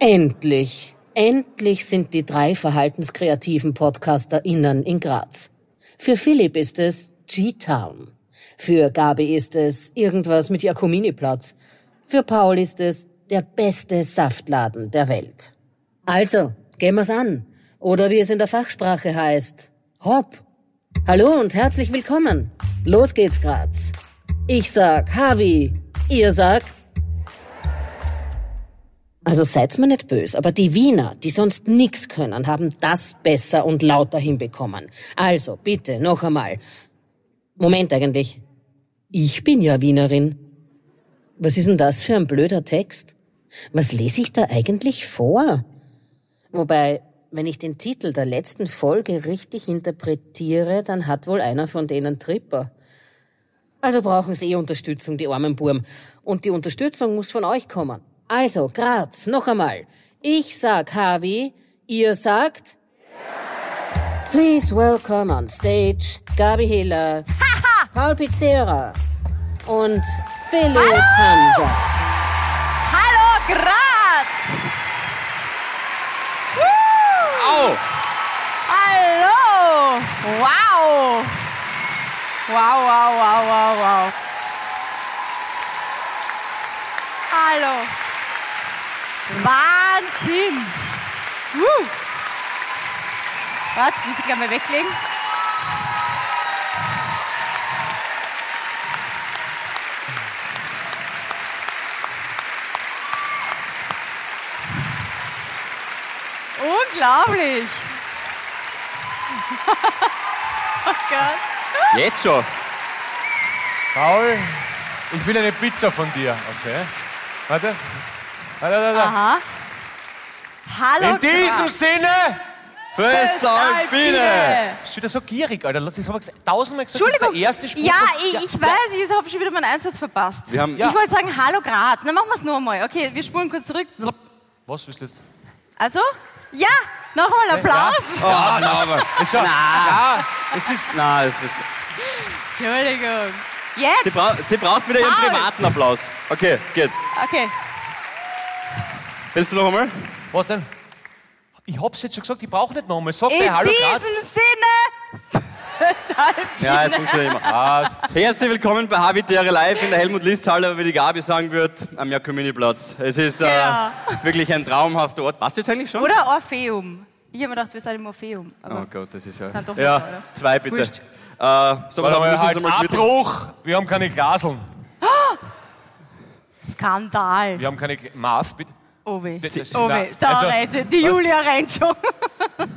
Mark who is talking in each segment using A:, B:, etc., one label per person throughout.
A: Endlich, endlich sind die drei verhaltenskreativen PodcasterInnen in Graz. Für Philipp ist es G-Town. Für Gabi ist es irgendwas mit Jakominiplatz. Für Paul ist es der beste Saftladen der Welt. Also, gehen wir's an. Oder wie es in der Fachsprache heißt, hopp. Hallo und herzlich willkommen. Los geht's, Graz. Ich sag Havi, ihr sagt also seid's mir nicht böse, aber die Wiener, die sonst nix können, haben das besser und lauter hinbekommen. Also, bitte, noch einmal. Moment eigentlich. Ich bin ja Wienerin. Was ist denn das für ein blöder Text? Was lese ich da eigentlich vor? Wobei, wenn ich den Titel der letzten Folge richtig interpretiere, dann hat wohl einer von denen Tripper. Also brauchen sie eh Unterstützung, die armen Burm. Und die Unterstützung muss von euch kommen. Also, Graz, noch einmal. Ich sag Harvey, ihr sagt... Please welcome on stage Gabi Hiller, Paul Pizzera und Philipp Hanser.
B: Hallo Graz!
C: Au!
B: Hallo! Wow! Wow, wow, wow, wow, wow. Hallo! Wahnsinn! Uh. Was? Muss ich gleich mal weglegen? Unglaublich! oh Gott.
C: Jetzt schon?
D: Paul, ich will eine Pizza von dir. Okay. Warte. Warte, warte, warte.
B: Aha. Hallo
D: In diesem
B: Graz.
D: Sinne, Föstalpine!
B: Föstalpine.
D: Bist du wieder so gierig, Alter? Das habe ich gesagt- tausendmal gesagt, das ist
B: Entschuldigung.
D: der erste Spruch.
B: ja,
D: von-
B: ich, ich weiß, ich habe schon wieder meinen Einsatz verpasst.
C: Wir haben-
D: Ja.
B: Ich wollte sagen, hallo Graz. Na, machen wir es noch einmal. Okay, wir spulen kurz zurück.
D: Was willst du jetzt?
B: Also, ja, nochmal Applaus.
C: Oh, nein, aber.
D: Ist ja-
C: Na, es ist. Na, es ist.
B: Entschuldigung.
C: Sie,
B: Jetzt?
C: brau sie braucht wieder ihren
B: Paul.
C: privaten Applaus. Okay, geht.
B: Okay.
C: Willst du noch einmal?
D: Was denn? Ich hab's jetzt schon gesagt, ich brauche nicht nochmal. Sag
B: In
D: mir Hallo Graz.
B: diesem Sinne.
C: Ja, es funktioniert immer. Herzlich willkommen bei HWTR Live in der Helmut-List-Halle, wie die Gabi sagen wird, am Jakominiplatz. Es ist
B: Ja.
C: äh, wirklich ein traumhafter Ort. Warst du jetzt eigentlich schon?
B: Oder Orpheum. Ich habe mir gedacht, wir sind im Orpheum. Aber
C: Oh Gott, das ist ja.
B: Dann doch nicht,
C: Ja,
B: oder?
C: zwei bitte. Äh,
B: Wurscht.
C: so was
D: Warte mal,
C: müssen
D: halt
C: Sie mal mit.
D: Abbruch. Wir haben keine Glaseln.
B: Skandal.
D: Wir haben keine Gla Marv, bitte.
B: Oh weh.
D: Das ist-
B: Oh
D: Na,
B: weh. Da
D: also,
B: rennt die Julia rennt schon.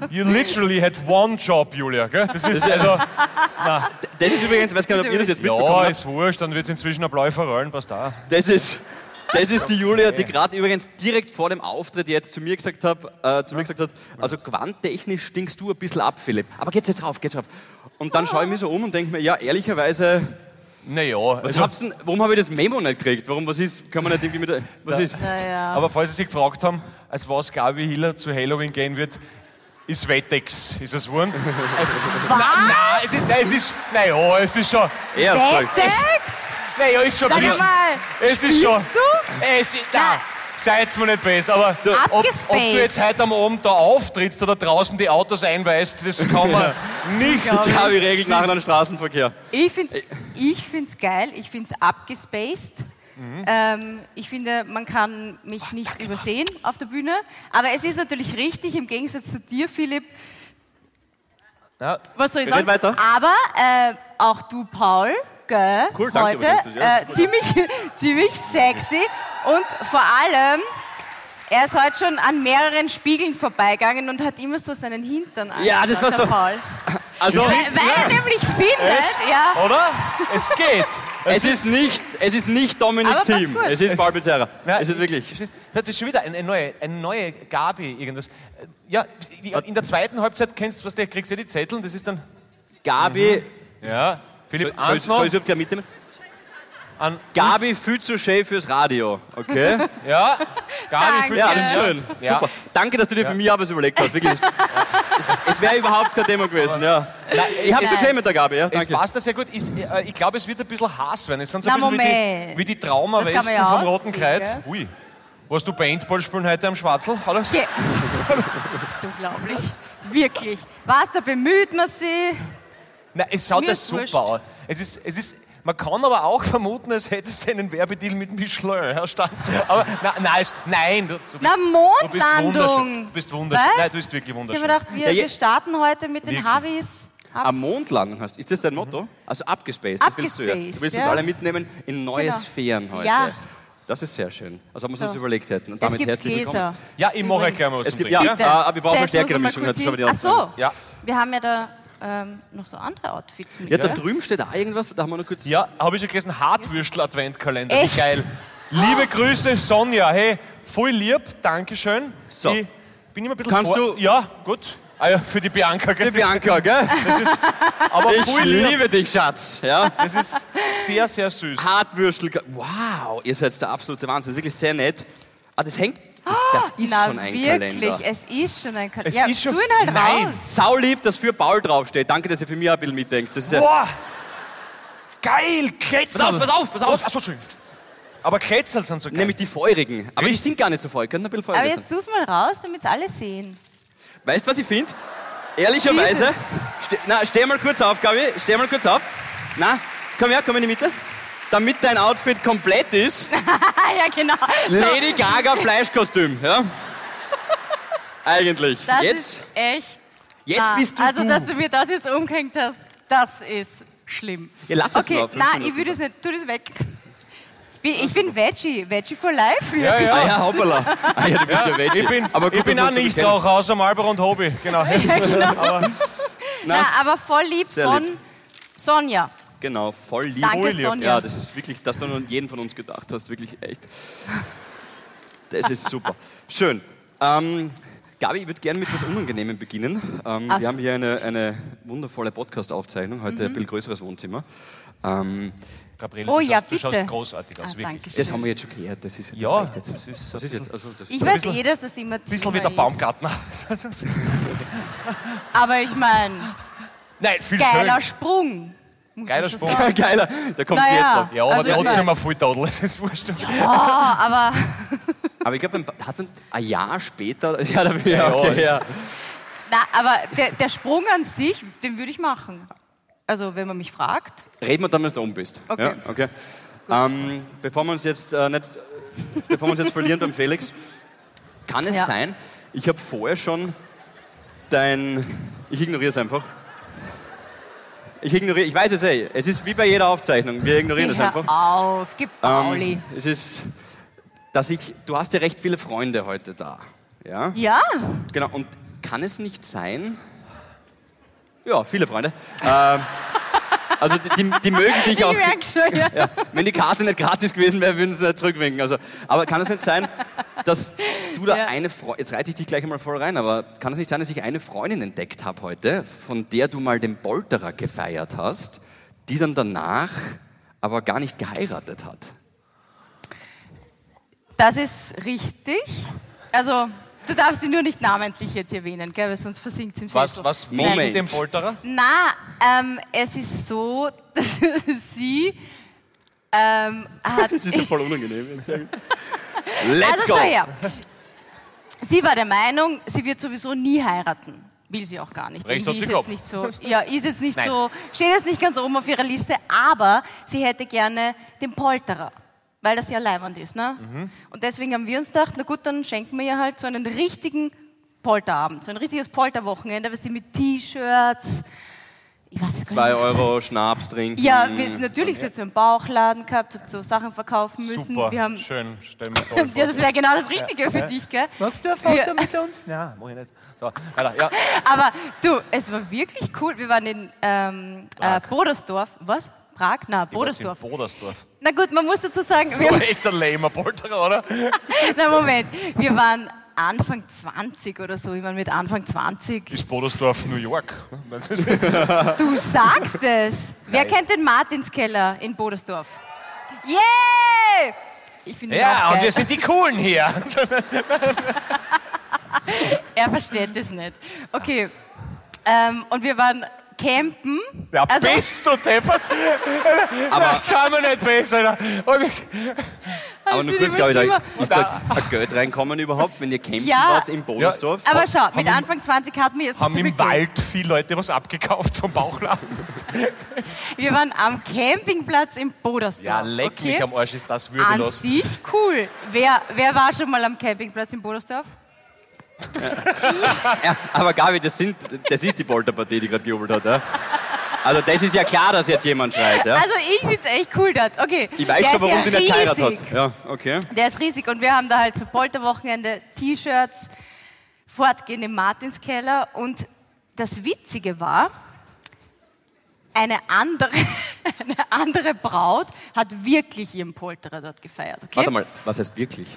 D: You literally had one job, Julia. Gell? Das ist also.
C: Das ist übrigens, ich weiß gar nicht, ob ihr das jetzt mitbekommen
D: Ja,
C: habt.
D: ist wurscht, dann wird's inzwischen ein Bläufer rollen, passt da.
C: Das ist, das ist die Julia, die gerade übrigens direkt vor dem Auftritt jetzt zu mir gesagt hat, äh, zu mir gesagt hat, also quanttechnisch stinkst du ein bisschen ab, Philipp. Aber geht's jetzt rauf, geht's rauf. Und dann schaue ich mich so um und denke mir, ja, ehrlicherweise,
D: Naja,
C: was
D: also,
C: hab's denn, warum habe ich das Memo nicht gekriegt? Warum, was ist, kann man nicht irgendwie mit, was ist?
B: Naja.
D: aber falls Sie sich gefragt haben, als was Gabi Hiller zu Halloween gehen wird, ist Wettex. Ist es wurscht? Nein, es ist, nein, es ist, naja, es ist schon,
C: Er hat's gesagt.
B: Dex,
D: naja, ist schon ein
B: sag
D: bisschen,
B: mal.
D: es ist schon,
B: Du?
D: es ist, nein, seid's mir nicht besser, aber
C: Du-
D: ob, ob
B: Abgespaced.
D: du jetzt heute am Abend da auftrittst oder draußen die Autos einweist, das kann man nicht.
C: Die Gabi regelt nachher den Straßenverkehr.
B: Ich finde es ich find's geil, ich finde es abgespaced. Ähm, ich finde, man kann mich nicht übersehen auf der Bühne. Aber es ist natürlich richtig, im Gegensatz zu dir, Philipp.
D: Ja.
B: Was soll ich
C: Red
B: sagen?
C: weiter.
B: Aber äh, auch du, Paul, gell,
C: Cool, danke
B: heute
C: übrigens, ja,
B: äh, ziemlich, ziemlich sexy. Und vor allem, er ist heute schon an mehreren Spiegeln vorbeigegangen und hat immer so seinen Hintern
C: Ja,
B: angeschaut,
C: das war
B: der
C: so-
B: Paul.
C: Also,
B: Weil, weil er nämlich
D: Es,
B: findet, ja.
D: Oder? Es geht.
C: es ist nicht, es ist nicht Dominik
B: Aber passt
C: Team.
B: gut.
C: Es ist Paul Pizzerra.
D: Ja,
C: Es ist wirklich.
D: Das ist- das ist schon wieder eine neue, eine neue Gabi, irgendwas. Ja, in der zweiten Halbzeit kennst du, was der kriegst du ja die Zettel und das ist dann. Mhm.
C: Gabi,
D: Ja, Philipp
C: soll, soll,
D: eins noch
C: soll ich überhaupt gleich mitnehmen?
D: an
C: Gabi viel zu schön fürs Radio, okay?
D: Ja, Gabi
B: Danke.
D: für
C: Ja,
D: dich.
C: das ist schön.
D: Ja.
C: Super. Danke, dass du dir für mich auch was überlegt hast. Wirklich. es es wäre überhaupt kein Thema gewesen, ja. ich hab's
B: Nein.
C: gesehen mit der Gabi, ja.
D: Es
C: Danke.
D: passt da sehr gut. Ist, äh, ich glaube, es wird ein bisschen Hass werden. Es sind so
B: Na,
D: ein bisschen wie die,
B: Moment.
D: wie die
B: Das kann
D: Traumawesten
B: man ja
D: vom Roten
B: ausziehen,
D: Kreuz.
B: gell?
D: Ui. Warst du Paintball spielen heute am Schwarzel? Oder?
B: Ge das ist unglaublich. Wirklich. Was, da bemüht man sie.
D: Nein, es schaut
B: Mir
D: ja
B: ist
D: super
B: wurscht.
D: aus. Es ist, es ist, man kann aber auch vermuten, als hättest du einen Werbedeal mit Michelin erstanden. Aber na, nein, es- nein, du, du bist,
B: Na,
D: du bist wunderschön.
B: Mondlandung.
D: Du bist wunderschön.
B: Was?
D: Nein, du bist wirklich
B: Ich habe mir
D: wunderschön.
B: gedacht, wir,
C: Ja, je-
B: wir starten heute mit den
D: Wirklich.
B: Harveys.
C: Am Mond lang hast. Ist das dein Motto? Also abgespaced, das willst du ja. Du willst uns
B: ja.
C: alle mitnehmen in neue
B: Genau.
C: Sphären heute.
B: Ja.
C: Das ist sehr schön. Also haben wir es
B: So.
C: uns überlegt hätten. Und
B: Es
C: damit
B: gibt
C: herzlich willkommen.
B: Gläser.
D: ja, ich mache euch
B: Übrigens.
D: gleich mal was
C: Es
D: zum
C: gibt,
D: Trinken,
C: ja,
D: gell?
B: Bitte.
C: ah, aber wir brauchen
B: Zuerst
C: eine
B: muss
C: stärkere
B: man mal
C: Mischung.
B: kurz
C: Jetzt haben wir die
B: hin- Ach
C: anderen.
B: so.
D: Ja.
B: Wir haben ja da ähm, noch so andere Outfits mit.
C: Ja, da
B: gell?
C: drüben steht auch irgendwas, da haben wir noch kurz.
D: Ja, habe ich schon gelesen, Hartwürstel-Adventkalender, wie
B: Echt?
D: geil.
C: Ah.
D: Liebe Grüße, Sonja, hey, voll lieb, Dankeschön.
C: So.
D: Ich bin immer ein bisschen
C: Kannst
D: vor...
C: du-
D: Ja, gut. Ah ja, für die Bianca,
C: Die
D: gell?
C: Bianca, gell?
D: aber
C: Ich
D: voll lieb.
C: liebe dich, Schatz. Ja?
D: Das ist sehr, sehr süß.
C: Hartwürstel. Wow, ihr seid der absolute Wahnsinn. Das ist wirklich sehr nett. Ah, das hängt. Das ist
B: Na
C: schon ein
B: wirklich,
C: Kalender.
B: es ist schon ein Kalender.
D: Es
B: ja,
D: ist schon-
B: tu ihn halt
D: Nein.
B: raus.
C: Sau lieb, dass für Paul draufsteht. Danke, dass ihr für mich auch ein bisschen mitdenkt. Das ist ja
D: Boah! Geil, Kretzel!
C: Pass auf, pass auf, pass auf.
D: Achso, Entschuldigung. Aber Kretzel sind so geil.
C: nämlich die feurigen. Aber die sind gar nicht so feurig. Könnten ein bisschen
B: Aber
C: feuriger sein.
B: jetzt tu es mal raus, damit es alle sehen.
C: Weißt du, was ich finde? Ehrlicherweise. Ste na, steh mal kurz auf, Gabi. Steh mal kurz auf. Na, komm her, komm in die Mitte. Damit dein Outfit komplett ist,
B: Ah ja, genau.
C: Lady Gaga Fleischkostüm, ja? Eigentlich.
B: Das
C: jetzt,
B: ist echt.
C: jetzt
B: na.
C: bist du
B: Also,
C: du.
B: dass du mir das jetzt umgehängt hast, das ist schlimm.
C: Ja, lass es
B: okay,
C: mal, fünf
B: Nein,
C: Minuten.
B: ich würde es nicht. Tu das weg. Ich bin, ich bin Veggie. Veggie for life.
D: ja, ja.
C: Ah ja, hoppala. Ah ja, du bist ja Veggie.
D: Ich bin,
C: Aber gut,
D: ich bin
C: das
D: auch
C: musst du
D: nicht
C: bekennen.
D: Raucher, außer Marlboro und Hobby. Genau.
C: Na,
B: Na, aber voll lieb
C: Sehr
B: von
C: lieb.
B: Sonja. Ah,
C: Genau, voll lieb.
B: Danke,
C: voll lieb.
B: Sonja.
C: Ja, das ist wirklich, dass du an jeden von uns gedacht hast, wirklich echt. Das ist super. Schön. Ähm, Gabi, ich würde gerne mit etwas Unangenehmem beginnen. Ähm,
B: Ach so. Mhm.
C: wir haben hier eine, eine wundervolle Podcast-Aufzeichnung, heute ein bisschen größeres Wohnzimmer. Ähm,
D: Gabriele,
B: Oh
D: du,
B: ja,
D: schaust, du schaust
B: bitte.
D: großartig aus,
B: Ah,
D: wirklich.
B: danke schön.
C: das haben wir jetzt schon gehört, das ist das
D: Ja,
C: reicht jetzt.
D: das ist-
C: das ist jetzt, also das ist
B: Ich weiß
D: bisschen-
B: eh, dass das immer
D: Ein bisschen wie
B: Thema
D: der
B: ist.
D: Baumgartner.
B: Aber ich meine,
D: Nein, viel
B: geiler
D: schöner.
B: Sprung. muss
D: Geiler
B: man schon
D: Sprung.
B: sagen.
C: geiler, da kommt sie jetzt
B: Naja.
C: drauf.
D: Ja, aber
B: Also ich
D: trotzdem
B: mein-
D: ein Volltadel, das ist wurscht.
B: Ah, aber
C: Aber ich glaube, hat ein, ein Jahr später, ja, da bin ich
D: Ja,
C: okay, ja.
B: Na, aber der, der Sprung an sich, den würde ich machen. Also, wenn man mich fragt.
C: Reden wir dann, wenn du da oben bist.
B: Okay.
C: Ja, okay. Ähm, bevor wir uns jetzt äh, nicht, bevor wir uns jetzt verlieren beim Felix, kann es
B: Ja.
C: sein, ich habe vorher schon dein, ich ignoriere es einfach. Ich ignoriere, ich weiß es eh. Es ist wie bei jeder Aufzeichnung. Wir ignorieren es
B: Hör
C: einfach.
B: auf, gib Pauli.
C: Ähm, es ist, dass ich, du hast ja recht viele Freunde heute da, ja?
B: Ja,
C: Genau. Und kann es nicht sein? Ja, viele Freunde. ähm, also die, die, die mögen dich
B: ich
C: auch.
B: merke schon. Ja.
C: Ja, wenn die Karte nicht gratis gewesen wäre, würden sie nicht zurückwinken. Also, aber kann es nicht sein, dass du da
B: Ja.
C: eine Freundin, jetzt reite ich dich gleich einmal voll rein, aber kann es nicht sein, dass ich eine Freundin entdeckt habe heute, von der du mal den Bolterer gefeiert hast, die dann danach aber gar nicht geheiratet hat?
B: Das ist richtig. Also, du darfst ihn nur nicht namentlich jetzt erwähnen, gell, weil sonst versinkt es im
D: Was,
B: Schädel.
D: was
C: Moment.
D: mit dem Folterer?
B: Na, ähm, es ist so, dass sie ähm, hat.
C: Das ist ja voll unangenehm. Let's
B: also
C: go!
B: schau her. Sie war der Meinung, sie wird sowieso nie heiraten. Will sie auch gar nicht.
D: Recht hat
B: Irgendwie ist
D: sie gehabt.
B: jetzt nicht so. Ja, ist jetzt nicht
D: Nein.
B: so. Steht jetzt nicht ganz oben auf ihrer Liste, aber sie hätte gerne den Polterer. Weil das ja Leibwand ist, ne?
D: Mhm.
B: Und deswegen haben wir uns gedacht, na gut, dann schenken wir ihr halt so einen richtigen Polterabend, so ein richtiges Polterwochenende, was sie mit T-Shirts, ich weiß jetzt gar
C: Zwei
B: nicht, was
C: Euro Schnaps trinken.
B: ja, wir, natürlich, sie hat so einen Bauchladen gehabt, so- so Sachen verkaufen müssen.
D: Super,
B: wir haben,
D: schön, stell mir toll vor.
B: ja, das wäre genau das Richtige für dich, gell?
D: Magst du ein
B: Foto Ja.
D: mit uns? Nein, mach ich nicht. So, weiter, ja.
B: Aber du, es war wirklich cool. Wir waren in ähm, äh, Bodersdorf. Was? Prag? Na, Bodersdorf.
D: Bodersdorf.
B: Na gut, man muss dazu sagen,
D: So
B: wir
D: ein
B: haben,
D: echter lamer Polterer, oder?
B: na Moment, wir waren Anfang 20 oder so. Ich meine, mit Anfang 20.
D: Ist Bodersdorf New York?
B: Du sagst es. Wer kennt den Martinskeller in Bodersdorf? Yeah! Ich finde ihn auch
D: ja,
B: geil.
D: und wir sind die Coolen hier.
B: Er versteht das nicht. Okay. Ähm, und wir waren campen.
D: Ja,
B: Also-
D: bist du deppert? Aber das sind wir nicht besser. Alter. Und ich,
C: Aber
B: ist
C: nur
B: die
C: kurz, glaube ich, da
B: Überstimmung.
C: ist da ein Geld reinkommen überhaupt, wenn ihr campen
B: Ja.
C: wart in Bodensdorf?
B: Aber schau,
D: Haben
B: mit
D: im-
B: Anfang 20 hatten wir jetzt
D: Haben
B: nicht so
D: im
B: viel Geld.
D: Wald viele Leute was abgekauft vom Bauchladen?
B: Wir waren am Campingplatz in Bodersdorf.
D: Ja, leck
B: okay?
D: mich am Arsch, ist das
B: An
D: würdelos.
B: sich cool. Wer, wer war schon mal am Campingplatz in Bodersdorf?
C: Ja, aber Gabi, das, sind, das ist die Polterpartie, die gerade gejubelt hat. Ja? Also das ist ja klar, dass jetzt jemand schreit. Ja?
B: Also ich find's echt cool dort. Okay.
C: Ich weiß
B: Der
C: schon,
B: ist
C: warum die nicht
B: riesig.
C: geheiratet hat. Ja, okay.
B: Der ist riesig und wir haben da halt so Polterwochenende, T-Shirts, fortgehend im Martinskeller und das Witzige war, eine andere, eine andere Braut hat wirklich ihren Polterer dort gefeiert. Okay?
C: Warte mal, was heißt wirklich?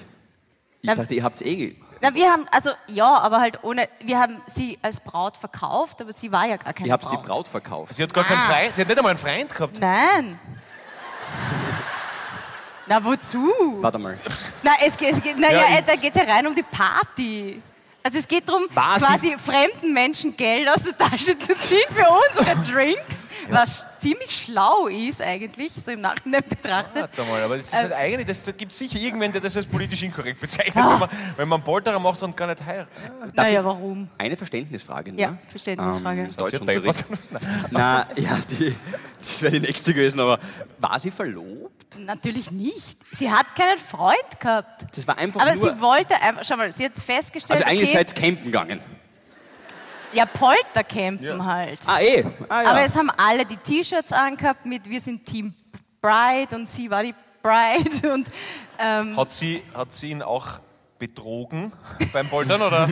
C: Ich
B: Na-
C: dachte, ihr habt eh...
B: Na, wir haben, also ja, aber halt ohne, wir haben sie als Braut verkauft, aber sie war ja gar keine
C: Ihr habt die
B: Braut.
C: Braut verkauft.
D: Sie hat gar keinen
B: Ah.
D: Freund, sie hat nicht einmal einen Freund gehabt.
B: Nein. Na, wozu?
C: Warte mal.
B: Na, es, geht- es geht, na
D: Ja,
B: ja,
D: ich-
B: äh, da geht es ja rein um die Party. Also es geht darum,
C: War sie-
B: quasi fremden Menschen Geld aus der Tasche zu ziehen für unsere Drinks, was ziemlich schlau ist eigentlich, so im Nachhinein betrachtet.
D: Warte mal, aber das ist
B: Äh.
D: nicht eigentlich, das, da gibt sicher irgendwen, der das als politisch inkorrekt bezeichnet,
B: Ah.
D: wenn, man, wenn man einen Polterer macht und gar nicht heiratet.
B: Naja, warum?
C: Eine Verständnidsfrage. Ne?
B: Ja, Verständnisfrage.
C: Ähm, Deutschunterricht. Na, ja, die, das wäre die nächste gewesen, aber war sie verlobt?
B: Natürlich nicht. Sie hat keinen Freund gehabt.
C: Das war einfach
B: Aber
C: nur...
B: sie wollte einfach, schau mal, sie hat festgestellt,
C: also eigentlich
B: okay,
C: seid ihr campen gegangen.
B: ja, Poltercampen halt.
C: Ah, eh. Ah, ja.
B: Aber es haben alle die T-Shirts angehabt mit Wir sind Team Bride und sie war die Bride und ähm,
D: Hat sie, hat sie ihn auch betrogen beim Poltern oder?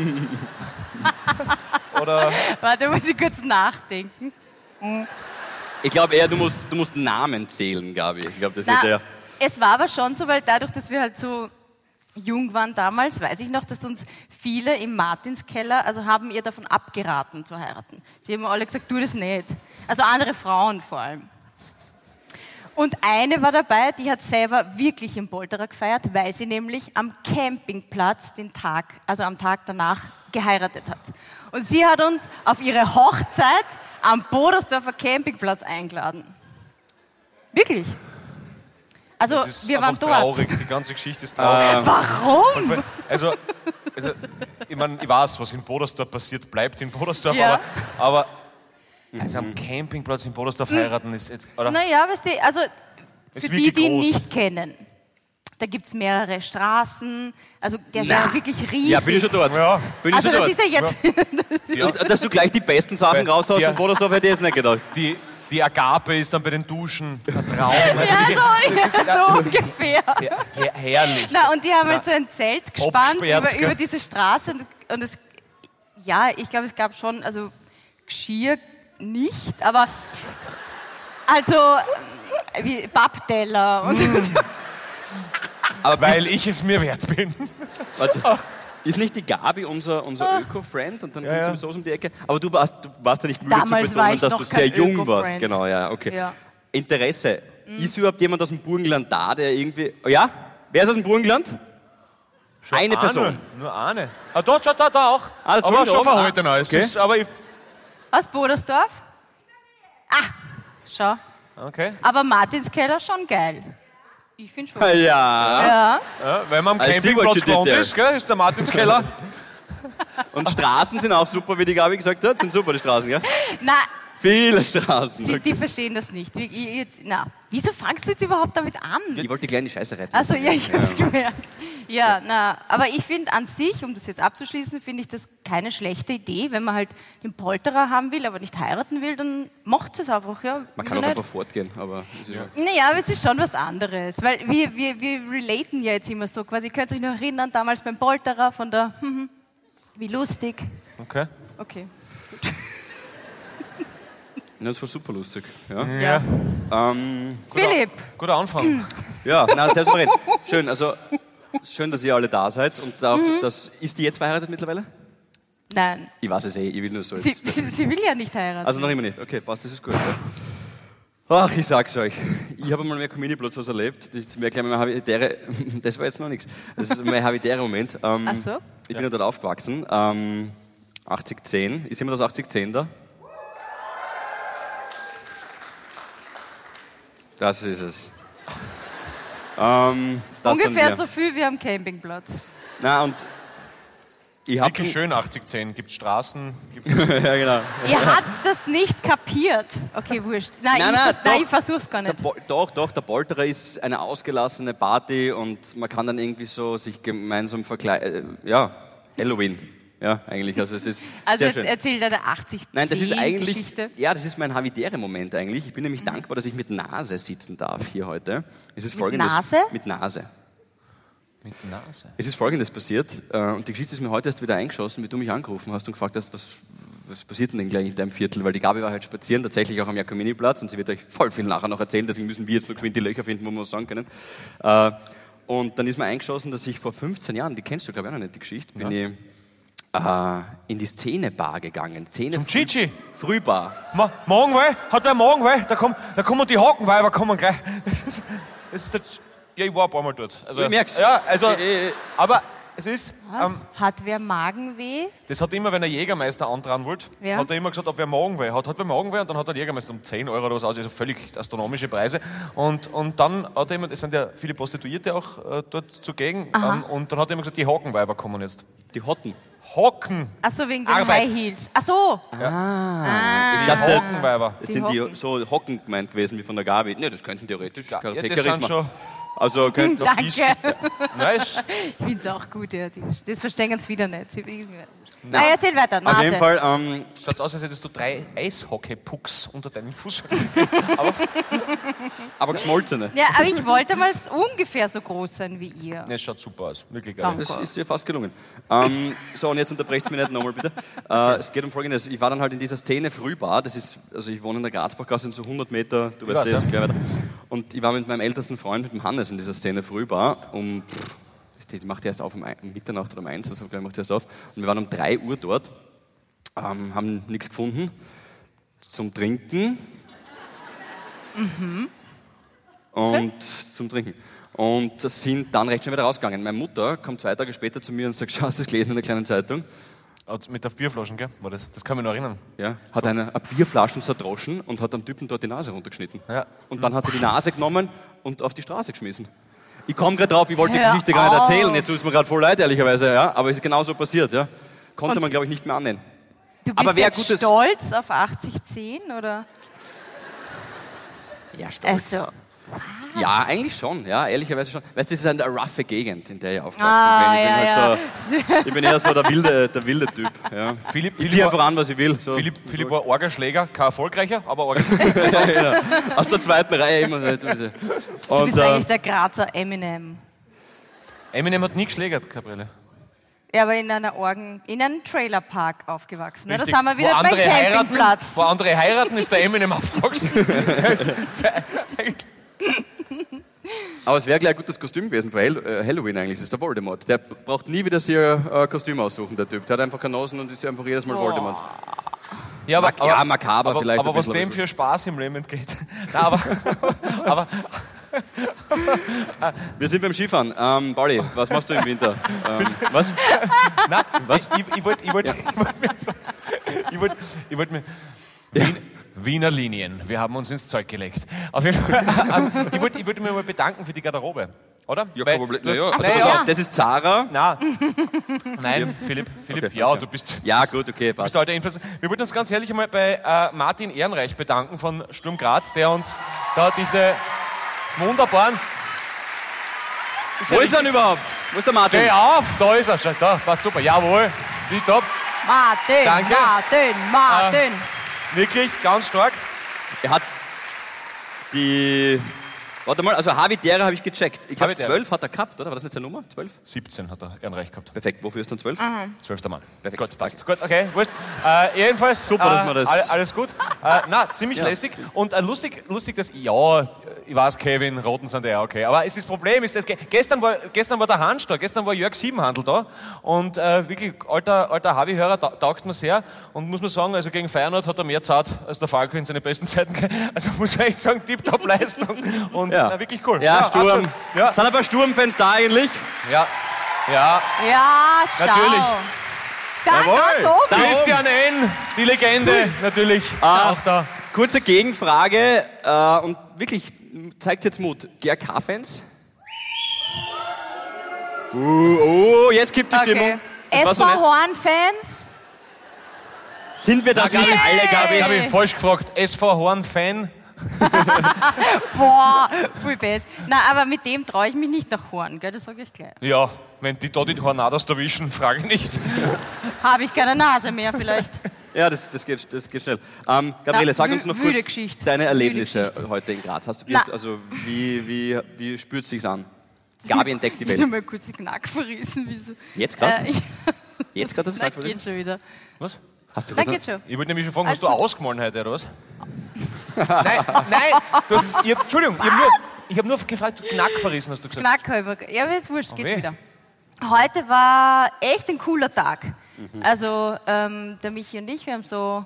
D: oder
B: warte, muss ich kurz nachdenken.
C: ich glaube eher, du musst, du musst Namen zählen, Gabi. Ich glaube, das
B: Na,
C: ist der...
B: Es war aber schon so, weil dadurch, dass wir halt so jung waren damals, weiß ich noch, dass uns viele im Martinskeller, also haben ihr davon abgeraten zu heiraten. Sie haben alle gesagt, tu das nicht. Also andere Frauen vor allem. Und eine war dabei, die hat selber wirklich im Polterer gefeiert, weil sie nämlich am Campingplatz den Tag, also am Tag danach geheiratet hat. Und sie hat uns auf ihre Hochzeit am Bodersdorfer Campingplatz eingeladen. Wirklich. Also
D: das ist
B: wir waren
D: einfach
B: dort. Ah.
D: traurig, die ganze Geschichte ist traurig.
B: Warum?
D: Also, also ich meine, ich weiß, was in Bodersdorf passiert, bleibt in Bodersdorf,
B: Ja.
D: aber, aber also am Campingplatz in Bodersdorf heiraten ist jetzt, oder?
B: Naja, weißt du, also
D: Ist
B: Mhm. für die,
D: wirklich
B: die ihn
D: groß.
B: nicht kennen, da gibt es mehrere Straßen, also der ist
C: Na.
B: ja wirklich riesig.
C: Ja, bin ich schon dort.
D: Ja.
C: Bin ich
B: also
C: schon
B: das
C: dort.
B: ist ja jetzt,
C: Und, dass du gleich die besten Sachen
D: Ja.
C: raushaust
D: Ja.
C: und Bodersdorf hätte ich jetzt nicht gedacht.
D: Die, die Agape ist dann bei den Duschen ein Traum. Also
B: ja,
D: die-
B: so,
D: das ist-
B: so ungefähr.
D: her, her, herrlich.
B: Na, und die haben halt so ein Zelt gespannt
D: gesperrt,
B: über,
D: gell?
B: über diese Straße und, und es, ja, ich glaube, es gab schon, also Geschirr nicht, aber also ähm, wie Pappteller und
C: Aber
D: Weil ich es mir wert bin.
C: Warte. Ist nicht die Gabi unser,
B: Ah.
C: unser Öko-Friend und dann kommt
D: ja.
C: sie mit Soße um die Ecke? Aber du warst, du warst ja nicht müde
B: Damals
C: zu
B: war
C: betonen,
B: ich
C: dass
B: noch
C: du
B: kein
C: sehr jung warst.
B: Öko-Friend.
C: Genau, ja, okay.
B: Ja. Mhm.
C: Interesse. Ist überhaupt jemand aus dem Burgenland da, der irgendwie. Oh, ja? Wer ist aus dem Burgenland? Eine Person.
D: Nur eine. Ah, da, da, da, da auch.
C: Ah, da,
D: aber
C: Entschuldigung,
D: schon
C: auch.
D: verhalten alles.
C: Okay.
D: Ist, aber ich,
B: aus Bodersdorf. Ah, schau.
D: okay.
B: Aber Martins Keller schon geil. Ich finde schon.
C: Ah, Ja.
B: Ja.
D: Ja, wenn man am
C: I see what you
D: Campingplatz
C: did
D: gewohnt
C: there.
D: ist, gell, ist der Martinskeller.
C: Und Straßen sind auch super, wie die Gabi gesagt hat. Sind super, die Straßen, gell?
B: Na,
C: Viele Straßen.
B: die, die verstehen das nicht. Wie, ihr, na, wieso fangst du jetzt überhaupt damit an?
C: Ich wollte die kleine Scheiße retten.
B: Also ja, ich habe es gemerkt. Ja, na, aber ich finde an sich, um das jetzt abzuschließen, finde ich das keine schlechte Idee, wenn man halt den Polterer haben will, aber nicht heiraten will, dann macht es einfach, ja.
C: Man
B: wieso
C: kann auch
B: nicht?
C: einfach fortgehen, aber. ist ja.
B: Naja, aber es ist schon was anderes, weil wir, wir, wir relaten ja jetzt immer so quasi. Ihr könnt euch noch erinnern, damals beim Polterer von der, mhm, wie lustig.
D: Okay.
B: Okay.
C: Ja, Das war super lustig. Ja.
D: Ja.
C: Ähm,
B: Philipp,
D: Guter Anfang.
C: ja, na, sehr souverän. Schön, also schön, dass ihr alle da seid. Und auch, das, ist die jetzt verheiratet mittlerweile?
B: nein,
C: Ich weiß es eh, ich will nur so.
B: sie,
C: Jetzt.
B: sie will ja nicht heiraten.
C: Also noch immer nicht. Okay, passt, das ist gut. Ja. Ach, ich sag's euch. Ich habe mal mehr Comedy-Platz was erlebt. Das, mehr, kleine, mehr habitäre, das war jetzt noch nichts. Das ist mein habitärer Moment. Ähm,
B: Ach so.
C: Ich bin ja dort aufgewachsen. Ähm, 8010. Ist jemand aus 8010 da? Das ist es. Ähm, das sind
B: Ungefähr
C: wir.
B: so viel wie am Campingplatz.
C: Na, und ich hab
D: Wirklich schön, 80-10. Gibt Straßen, gibt
C: ja, genau.
B: Ihr habt das nicht kapiert. Okay, wurscht. Nein,
C: Nein,
B: ich,
C: nein,
B: das, nein,
C: doch.
B: ich versuch's gar
C: Der
B: nicht.
C: Pol- doch, doch, der Polterer ist eine ausgelassene Party und man kann dann irgendwie so sich gemeinsam verkleiden. Äh, ja, Halloween. Ja, eigentlich. Also es ist
B: Also
C: sehr
B: jetzt
C: schön.
B: erzählt er der 80
C: Nein, das ist eigentlich,
B: Geschichte.
C: ja, das ist mein Havidere-Moment eigentlich. Ich bin nämlich dankbar, dass ich mit Nase sitzen darf hier heute. Es ist folgendes,
B: Nase?
C: Mit Nase.
D: mit Nase.
C: Es ist folgendes passiert äh, und die Geschichte ist mir heute erst wieder eingeschossen, wie du mich angerufen hast und gefragt hast, was, was passiert denn, denn gleich in deinem Viertel, weil die Gabi war halt spazieren, tatsächlich auch am Jakomini-Platz und sie wird euch voll viel nachher noch erzählen, deswegen müssen wir jetzt noch geschwind die Löcher finden, wo wir was sagen können. Äh, und dann ist mir eingeschossen, dass ich vor 15 Jahren, die kennst du glaube ich auch noch nicht, die Geschichte, bin ich äh, in die Szenebar gegangen. Szene
D: Zum Chichi.
C: Frühbar.
D: Ma, morgen, weil, hat wer morgen, weil, da kommen, da kommen die Hakenweiber, kommen gleich. Das ist, das ist der, Ch- ja, ich war ein paar Mal dort. Also,
C: Ich merk's.
D: Ja, also,
C: Ich- ich-
D: aber es ist, ähm,
B: Was? Hat wer Magenweh?
D: das hat immer, wenn ein Jägermeister antragen wollte,
B: Ja.
D: hat er immer gesagt, ob wer morgen will. Hat, hat wer morgen will und dann hat der Jägermeister um 10 Euro oder was aus, also völlig astronomische Preise. Und, und dann hat er immer, es sind ja viele Prostituierte auch äh, dort zugegen, ähm, und dann hat er immer gesagt, die Hakenweiber kommen jetzt.
C: Die Hotten.
D: Hocken,
B: Ach so, wegen den
D: Arbeit.
B: High Heels. Ach so.
C: Ich dachte,
D: Hakenweiber.
B: Ah.
C: es
B: Die
C: sind die
B: Hocken.
C: so Hocken gemeint gewesen wie von der Gabi. Ne, das könnten theoretisch.
D: Ja,
C: Charisma.
D: das sind schon,
C: Also
B: Hm.
C: könnt ihr
B: Danke.
D: nein, ist-
B: Ich find's auch gut, ja. Die, das verstehen ganz wieder nicht. Sie, Nein,
C: Na,
B: erzähl weiter. Nase.
C: Auf jeden Fall, ähm,
D: Schaut aus, als hättest du drei Eishockey-Pucks unter deinem Fuß.
C: aber geschmolzene.
B: Ja, aber ich wollte mal s- ungefähr so groß sein wie ihr.
D: Es schaut super aus. Wirklich geil.
B: Danke.
C: Das ist dir fast gelungen. Ähm, so, und jetzt unterbrecht mich nicht nochmal bitte. Äh, es geht um Folgendes. Ich war dann halt in dieser Szene Frühbar. Das ist, also ich wohne in der Grazbachgasse, sind so 100 Meter, du weißt
D: weiß,
C: ja,
D: ja.
C: also gleich weiter. Und ich war mit meinem ältesten Freund, mit dem Hannes, in dieser Szene Frühbar. Um, pff, die macht die erst auf um, ein- um Mitternacht oder um eins, also gleich macht die erst auf. Und wir waren um 3 Uhr dort, ähm, haben nichts gefunden zum Trinken. und zum Trinken. Und sind dann recht schnell wieder rausgegangen. Meine Mutter kommt zwei Tage später zu mir und sagt, schau, hast du das gelesen in der kleinen Zeitung?
D: Hat Mit der Bierflaschen, gell? War das? Das kann ich noch erinnern.
C: Ja, hat eine, eine Bierflaschen zerdroschen und hat dem Typen dort die Nase runtergeschnitten.
D: Ja.
C: Und dann hat er die Nase genommen und auf die Straße geschmissen. Ich komme gerade drauf, ich wollte die
B: Hör
C: Geschichte gar nicht
B: auf.
C: erzählen. Jetzt tut es mir gerade voll leid, ehrlicherweise. Ja? Aber es ist genau so passiert. Ja? Konnte
B: Und-
C: man, glaube ich, nicht mehr annehmen.
B: Du bist
C: Aber wer
B: jetzt
C: gutes-
B: stolz auf 80-10, oder?
C: Ja, stolz.
B: Also,
C: Ja, eigentlich schon. Ja, ehrlicherweise schon. Weißt du, das ist eine roughe Gegend, in der ich aufgewachsen
B: Ah,
C: bin. Ich, bin
B: ja,
C: halt So, ich bin eher so der wilde, der wilde Typ. Ja.
D: Philipp,
C: Ich
D: Philipp,
C: ziehe
D: war,
C: einfach an, was ich will. So.
D: Philipp, Philipp war Orgerschläger. Kein erfolgreicher, aber Orgerschläger.
C: Aus der zweiten Reihe immer. Und,
B: du bist
C: äh,
B: eigentlich der Grazer Eminem.
D: Eminem hat nie geschlägert, Gabriele.
B: Ja, aber in einer Orgen, in einem Trailerpark aufgewachsen. ne? Da
D: Richtig.
B: sind wir wieder
D: Wo
B: beim
D: andere
B: Campingplatz.
D: Heiraten, wo andere heiraten, ist der Eminem aufgewachsen.
C: aber es wäre gleich ein gutes Kostüm gewesen für Hall- äh, Halloween eigentlich. Das ist der Voldemort. Der braucht nie wieder sich ein äh, Kostüm aussuchen, der Typ. Der hat einfach keine Nasen und ist einfach jedes Mal Voldemort.
D: Ja,
C: Mak- ja, makaber
D: aber,
C: vielleicht
D: Aber
C: ein
D: was
C: bisschen
D: dem
C: oder
D: für Spaß im Leben entgeht. Nein, aber, aber
C: Wir sind beim Skifahren. Ähm, Pauli, was machst du im Winter? Ähm, was?
D: Nein, was? Ich, ich wollte ich wollt, ich wollt mir so- ich wollt, ich wollt mir. Wien, Wiener Linien, wir haben uns ins Zeug gelegt. Auf jeden Fall, ähm, ich wollte ich wollt mich mal bedanken für die Garderobe, oder? Weil du hast-
C: Also, pass
D: Nein,
C: auf, das ist Zara.
D: ja. Nein, nein, Philipp, Philipp
C: Okay,
D: ja,
C: alles
D: du bist,
C: Ja, gut, okay,
D: bist
C: passt.
D: heute Influencer. Wir wollten uns ganz herzlich einmal bei äh, Martin Ehrenreich bedanken von Sturm Graz, der uns da diese wunderbaren.
C: Wo ist er denn überhaupt? Wo ist der Martin?
D: Geh auf, da ist er schon, da, war super, jawohl, die top.
B: Martin,
D: Danke.
B: Martin, Martin.
D: Wirklich, ganz stark.
C: Er hat die. Warte mal, also Havidera habe ich gecheckt. Ich glaube,
D: Havidera.
C: 12 hat er gehabt, oder? War das nicht seine Nummer? 12?
D: 17 hat er Ehrenreich gehabt.
C: Perfekt, wofür ist dann 12?
D: Zwölfter Mann.
C: Perfekt.
D: Gut, passt. Gut, okay, wurscht. Äh, jedenfalls.
C: Super, dass
D: äh,
C: wir das-
D: alle- Alles gut. Äh, na, ziemlich lässig. Und äh, lustig, lustig, dass. Ja, ich weiß, Kevin, Roten sind ja okay. Aber es ist das Problem ist, dass ge gestern, war, gestern war der Hans da, gestern war Jörg Siebenhandel da. Und äh, wirklich, alter, alter Havi-Hörer ta taugt mir sehr. Und muss man sagen, also gegen Feyenoord hat er mehr Zeit als der Falco in seinen besten Zeiten. Also muss man echt sagen, Tip-Top-Leistung. Und na, wirklich cool.
C: Ja, Sturm.
D: absolut. Ja,
C: Sind ein paar Sturmfans da eigentlich?
D: ja. ja.
B: Ja, schau.
D: Natürlich.
B: Dann
C: Ah. Jawohl.
B: war's oben.
C: Da
D: Christian N., die Legende, natürlich, ist
C: Ah.
D: auch da.
C: Kurze Gegenfrage äh, und wirklich zeigt jetzt Mut. GRK-Fans? Uh, oh, jetzt kippt die Stimmung. Das war
B: SV
C: so nett.
B: Horn-Fans,
C: Sind wir das
D: Gabi,
C: nicht alle,
D: Gabi,
C: Gabi?
D: habe ich falsch gefragt. SV Horn-Fan?
B: boah, voll best. Na, aber mit dem traue ich mich nicht nach Horn, gell, das sage ich gleich.
D: Ja, wenn die da die Hornadas erwischen, frage ich nicht.
B: Habe ich keine Nase mehr vielleicht.
C: Ja, das, das, geht, das geht schnell. Ähm, Gabriele,
B: Na,
C: sag
B: wü-
C: uns noch
B: wüde
C: kurz
B: Geschichte.
C: deine
B: Wüde
C: Erlebnisse heute in Graz. Hast du
B: Na.
C: Bier, also wie, wie, wie spürt sich's an? Gabi entdeckt die
B: Ich habe
C: Welt.
B: mir kurz den Knack verrissen. Wieso? Äh,
C: Jetzt grad?
B: ich-
C: Jetzt gerade das
B: Na,
C: Knack verrissen?
B: geht schon wieder.
D: Was?
C: Hast du
B: Na,
C: gerade-
B: geht schon.
D: Ich wollte nämlich schon fragen, hast
B: Alles
D: du
B: gut.
D: ausgemahlen heute, oder was? nein, nein. Du hast, ich hab, Entschuldigung, ich habe nur, ich hab nur gefragt, du Knack verrissen, hast du gesagt.
B: Knackhäuber. Ja, aber jetzt wurscht, geht
D: weh.
B: schon wieder. Heute war echt ein cooler Tag. Also, ähm, der Michi und ich, wir haben so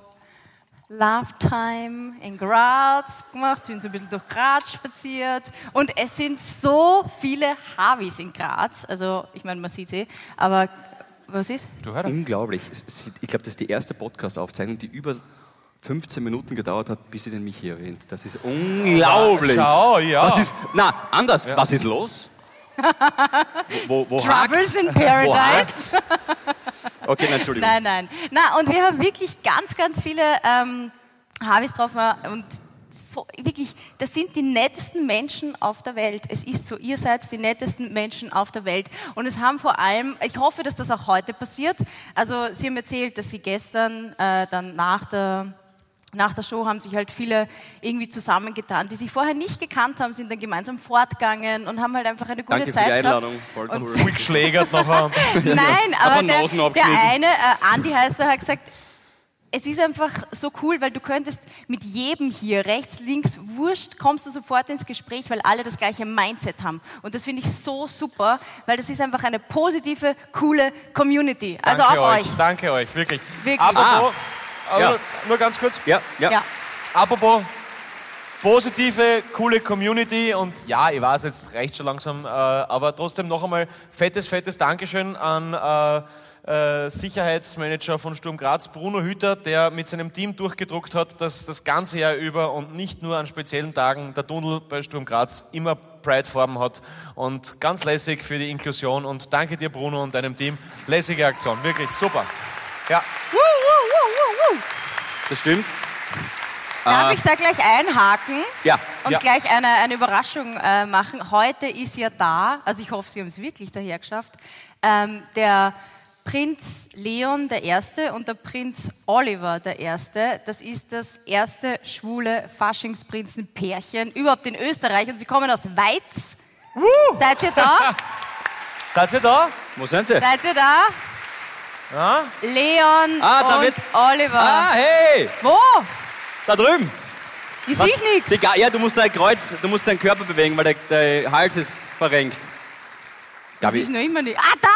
B: Love Time in Graz gemacht, sind so ein bisschen durch Graz spaziert und es sind so viele Harveys in Graz. Also, ich meine, man sieht eh, aber was ist?
D: Du hör doch.
C: Unglaublich. Es- es- Ich glaube, das ist die erste Podcast-Aufzeichnung, die über 15 Minuten gedauert hat, bis sie den Michi erwähnt. Das ist unglaublich.
D: Schau, ja.
C: Was ist, na, anders. Was ist los? Wo, wo
B: Troubles
C: hakt's?
B: in
C: Wo
B: Paradise.
C: hakt's? Okay, nein, Entschuldigung.
B: Nein, nein. Na, und wir haben wirklich ganz, ganz viele ähm, Harveys getroffen und so, wirklich, das sind die nettesten Menschen auf der Welt. Es ist so, ihr seid die nettesten Menschen auf der Welt. Und es haben vor allem, ich hoffe, dass das auch heute passiert. Also, Sie haben erzählt, dass Sie gestern äh, dann nach der nach der Show haben sich halt viele irgendwie zusammengetan, die sich vorher nicht gekannt haben, sind dann gemeinsam fortgegangen und haben halt einfach eine gute
C: Danke für
B: Zeit
C: die
B: gehabt.
C: Einladung. Voll
B: Und
C: cool.
D: Ruhig geschlägert nachher.
B: Nein,
C: Hat
B: aber
C: man Nasen
B: der, der
C: abgeschnitten.
B: eine, äh, Andi heißt er, hat gesagt, es ist einfach so cool, weil du könntest mit jedem hier, rechts, links, wurscht, kommst du sofort ins Gespräch, weil alle das gleiche Mindset haben. Und das finde ich so super, weil das ist einfach eine positive, coole Community. Also
D: Danke
B: auf euch.
D: Danke euch, wirklich.
B: Wirklich. Ah.
D: Apropos, aber
C: Ja.
D: nur- nur ganz kurz.
C: Ja, ja.
B: Ja.
D: Apropos positive, coole Community und ja, ich weiß, jetzt reicht schon langsam, äh, aber trotzdem noch einmal fettes, fettes Dankeschön an äh, äh, Sicherheitsmanager von Sturm Graz, Bruno Hüter, der mit seinem Team durchgedruckt hat, dass das ganze Jahr über und nicht nur an speziellen Tagen der Tunnel bei Sturm Graz immer Pride-Farben hat und ganz lässig für die Inklusion und danke dir Bruno und deinem Team, lässige Aktion, wirklich super. Ja,
B: Wuh, wuh, wuh, wuh, wuh.
C: Das stimmt.
B: Darf
C: Äh,
B: ich da gleich einhaken?
C: Ja.
B: Und
D: Ja.
B: gleich eine, eine Überraschung äh, machen. Heute ist ja da, also ich hoffe, Sie haben es wirklich daher geschafft, ähm, der Prinz Leon der Erste und der Prinz Oliver der Erste. Das ist das erste schwule Faschingsprinzenpärchen überhaupt in Österreich und sie kommen aus Weiz. Seid ihr da?
D: seid ihr da?
C: Wo sind sie?
B: Seid ihr da? Leon
C: Ah, da
B: und
C: wird-
B: Oliver.
C: Ah, hey!
B: Wo?
C: Da drüben!
B: Ich sehe nichts.
C: Die Ga- Ja, du musst dein Kreuz, du musst deinen Körper bewegen, weil der, der Hals ist verrenkt. Gabi,
B: Ich noch immer nicht. Ah, da!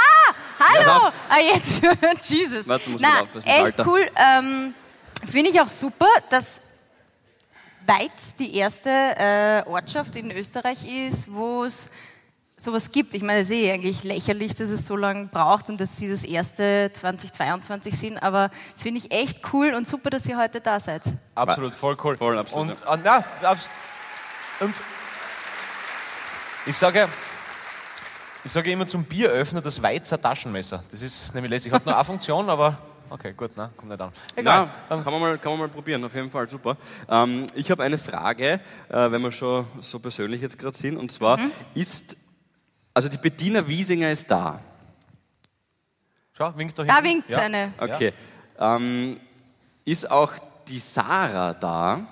C: Pass
B: Hallo!
C: auf.
B: Ah, jetzt. Jesus.
C: Warte, muss
B: Na,
C: wieder aufpassen, das
B: echt
C: Alter.
B: cool. Ähm, Finde ich auch super, dass Weiz die erste äh, Ortschaft in Österreich ist, wo es sowas gibt. Ich meine, es ist eh eigentlich lächerlich, dass es so lange braucht und dass sie das erste 2022 sind, aber das finde ich echt cool und super, dass ihr heute da seid.
D: Absolut, voll cool.
C: Voll, absolut,
D: Und, und, na, abs und ich sage, ich sage immer zum Bieröffner das Weizer Taschenmesser. Das ist nämlich lässig. Hat nur eine Funktion, aber okay, gut, na, kommt nicht an. Egal.
C: Ja,
D: Dann,
C: kann man, mal, kann man mal probieren, auf jeden Fall, super. Ähm, ich habe eine Frage, äh, wenn wir schon so persönlich jetzt gerade sind, und zwar ist, also die Bettina Wiesinger ist da,
D: schau, winkt da hinten.
B: Da winkt eine.
C: okay. Ähm, ist auch die Sarah da?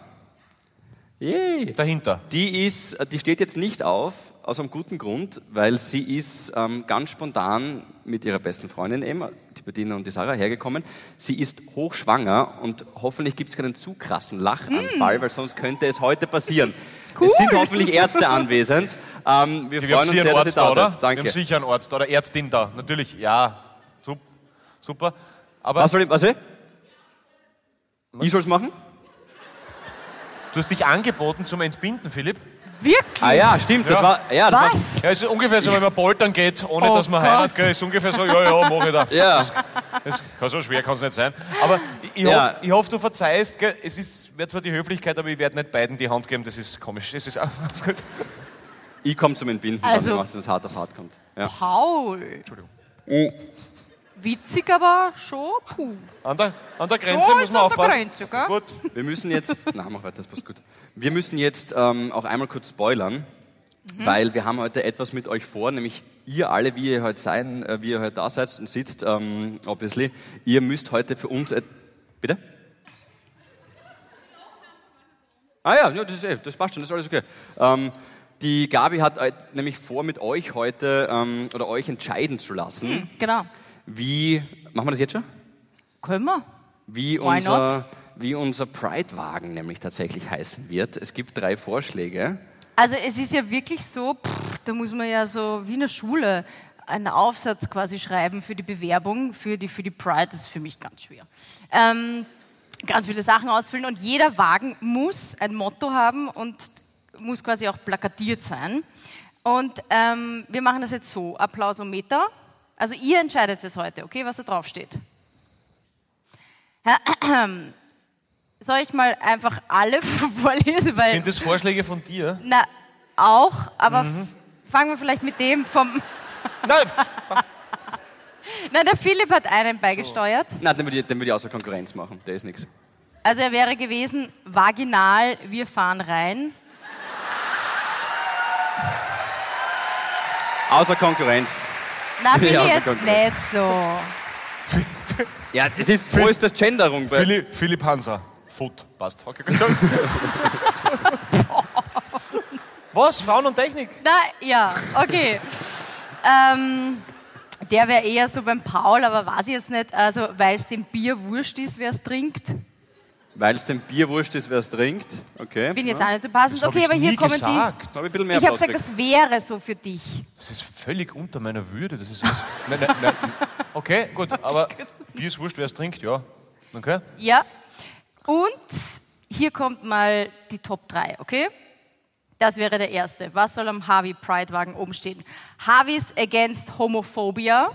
C: Yay!
D: Dahinter.
C: Die, ist, die steht jetzt nicht auf, aus einem guten Grund, weil sie ist ähm, ganz spontan mit ihrer besten Freundin eben, die Bettina und die Sarah, hergekommen. Sie ist hochschwanger und hoffentlich gibt es keinen zu krassen Lachanfall, weil sonst könnte es heute passieren. Es sind hoffentlich Ärzte anwesend. Ähm, wir
D: Wir haben
C: freuen uns
D: sicher
C: sehr,
D: einen
C: dass ihr
D: Arzt da,
C: da
D: oder?
C: seid.
D: Wir
C: Danke.
D: haben sicher einen Arzt oder Ärztin da. Natürlich, ja. Sup- Super. Aber
C: Was soll ich, was soll ich? Ich soll's machen?
D: du hast dich angeboten zum Entbinden, Philipp.
B: Wirklich?
C: Ah ja, stimmt. Das
D: Ja.
C: war, ja, das
B: Was?
C: war,
D: Ja, es ist ungefähr so, wenn man poltern geht, ohne
B: Oh
D: dass man
B: Gott.
D: heiratet, gell, ist ungefähr so, ja, ja, mach ich da.
C: ja.
D: Das kann so schwer kann es nicht sein. Aber ich, ich,
C: Ja.
D: hoffe, ich hoffe, du verzeihst. Gell? Es ist, wäre zwar die Höflichkeit, aber ich werde nicht beiden die Hand geben. Das ist komisch. Das ist auch gut.
C: Ich komme zum Entbinden,
B: Also-
C: also. wenn es hart auf hart kommt.
B: Paul.
C: Oh.
B: Witzig, aber schon. Puh.
D: An der, an der Grenze muss
B: ist
D: man
B: an der
D: aufpassen.
B: Grenze, gell?
D: Gut.
C: Wir müssen jetzt, na, mach weiter, das passt gut. Wir müssen jetzt ähm, auch einmal kurz spoilern, weil wir haben heute etwas mit euch vor, nämlich ihr alle, wie ihr heute sein, äh, wie ihr heute da seid und sitzt, ähm, obviously, ihr müsst heute für uns, et- bitte? Ah ja, ja das, ist, eh- das passt schon, das ist alles okay. Ähm, die Gabi hat äh, nämlich vor, mit euch heute ähm, oder euch entscheiden zu lassen,
B: Genau.
C: wie, machen wir das jetzt schon?
B: Können wir?
C: wie
B: Why
C: unser, wie unser Pride-Wagen nämlich tatsächlich heißen wird. Es gibt drei Vorschläge.
B: Also es ist ja wirklich so, pff, da muss man ja so wie in der Schule einen Aufsatz quasi schreiben für die Bewerbung, für die, für die Pride, das ist für mich ganz schwer. Ähm, ganz viele Sachen ausfüllen und jeder Wagen muss ein Motto haben und muss quasi auch plakatiert sein. Und ähm, wir machen das jetzt so, Applausometer. Also ihr entscheidet es heute, okay, was da drauf steht. Soll ich mal einfach alle vorlesen? Weil
D: Sind das Vorschläge von dir?
B: na, auch, aber
C: Mhm.
B: f- fangen wir vielleicht mit dem vom.
D: Nein!
B: Nein, der Philipp hat einen beigesteuert.
C: Na, den würde ich, den würd ich außer Konkurrenz machen. Der ist nichts.
B: Also er wäre gewesen, vaginal, wir fahren rein.
C: Außer Konkurrenz.
B: Na, finde
C: Ja,
B: ich
C: so
B: jetzt
C: gut.
B: nicht so.
C: Ja, es ist, wo ist der Genderung bei?
D: Philipp, Philipp Hanser. Foot. Passt. Okay, gut. Was? Frauen und Technik?
B: Na, ja, okay. ähm, der wäre eher so beim Paul, aber weiß ich jetzt nicht. Also, weil es dem Bier wurscht ist, wer es trinkt.
C: Weil es dem Bier wurscht ist, wer es trinkt. Okay.
B: Bin jetzt auch nicht so passend. Okay, aber hier kommen
C: Jetzt hab ich ein bisschen
B: die.
C: mehr
B: Ich habe
C: Applaus
B: gesagt,
C: gekriegt.
B: das wäre so für dich.
D: Das ist völlig unter meiner Würde. Das ist was. nein, nein, nein. Okay, gut. Aber Bier ist wurscht, wer es trinkt, ja. Okay?
B: Ja. Und hier kommt mal die Top 3, okay? Das wäre der erste. Was soll am Harvey Pride Wagen oben stehen? Harveys against Homophobia.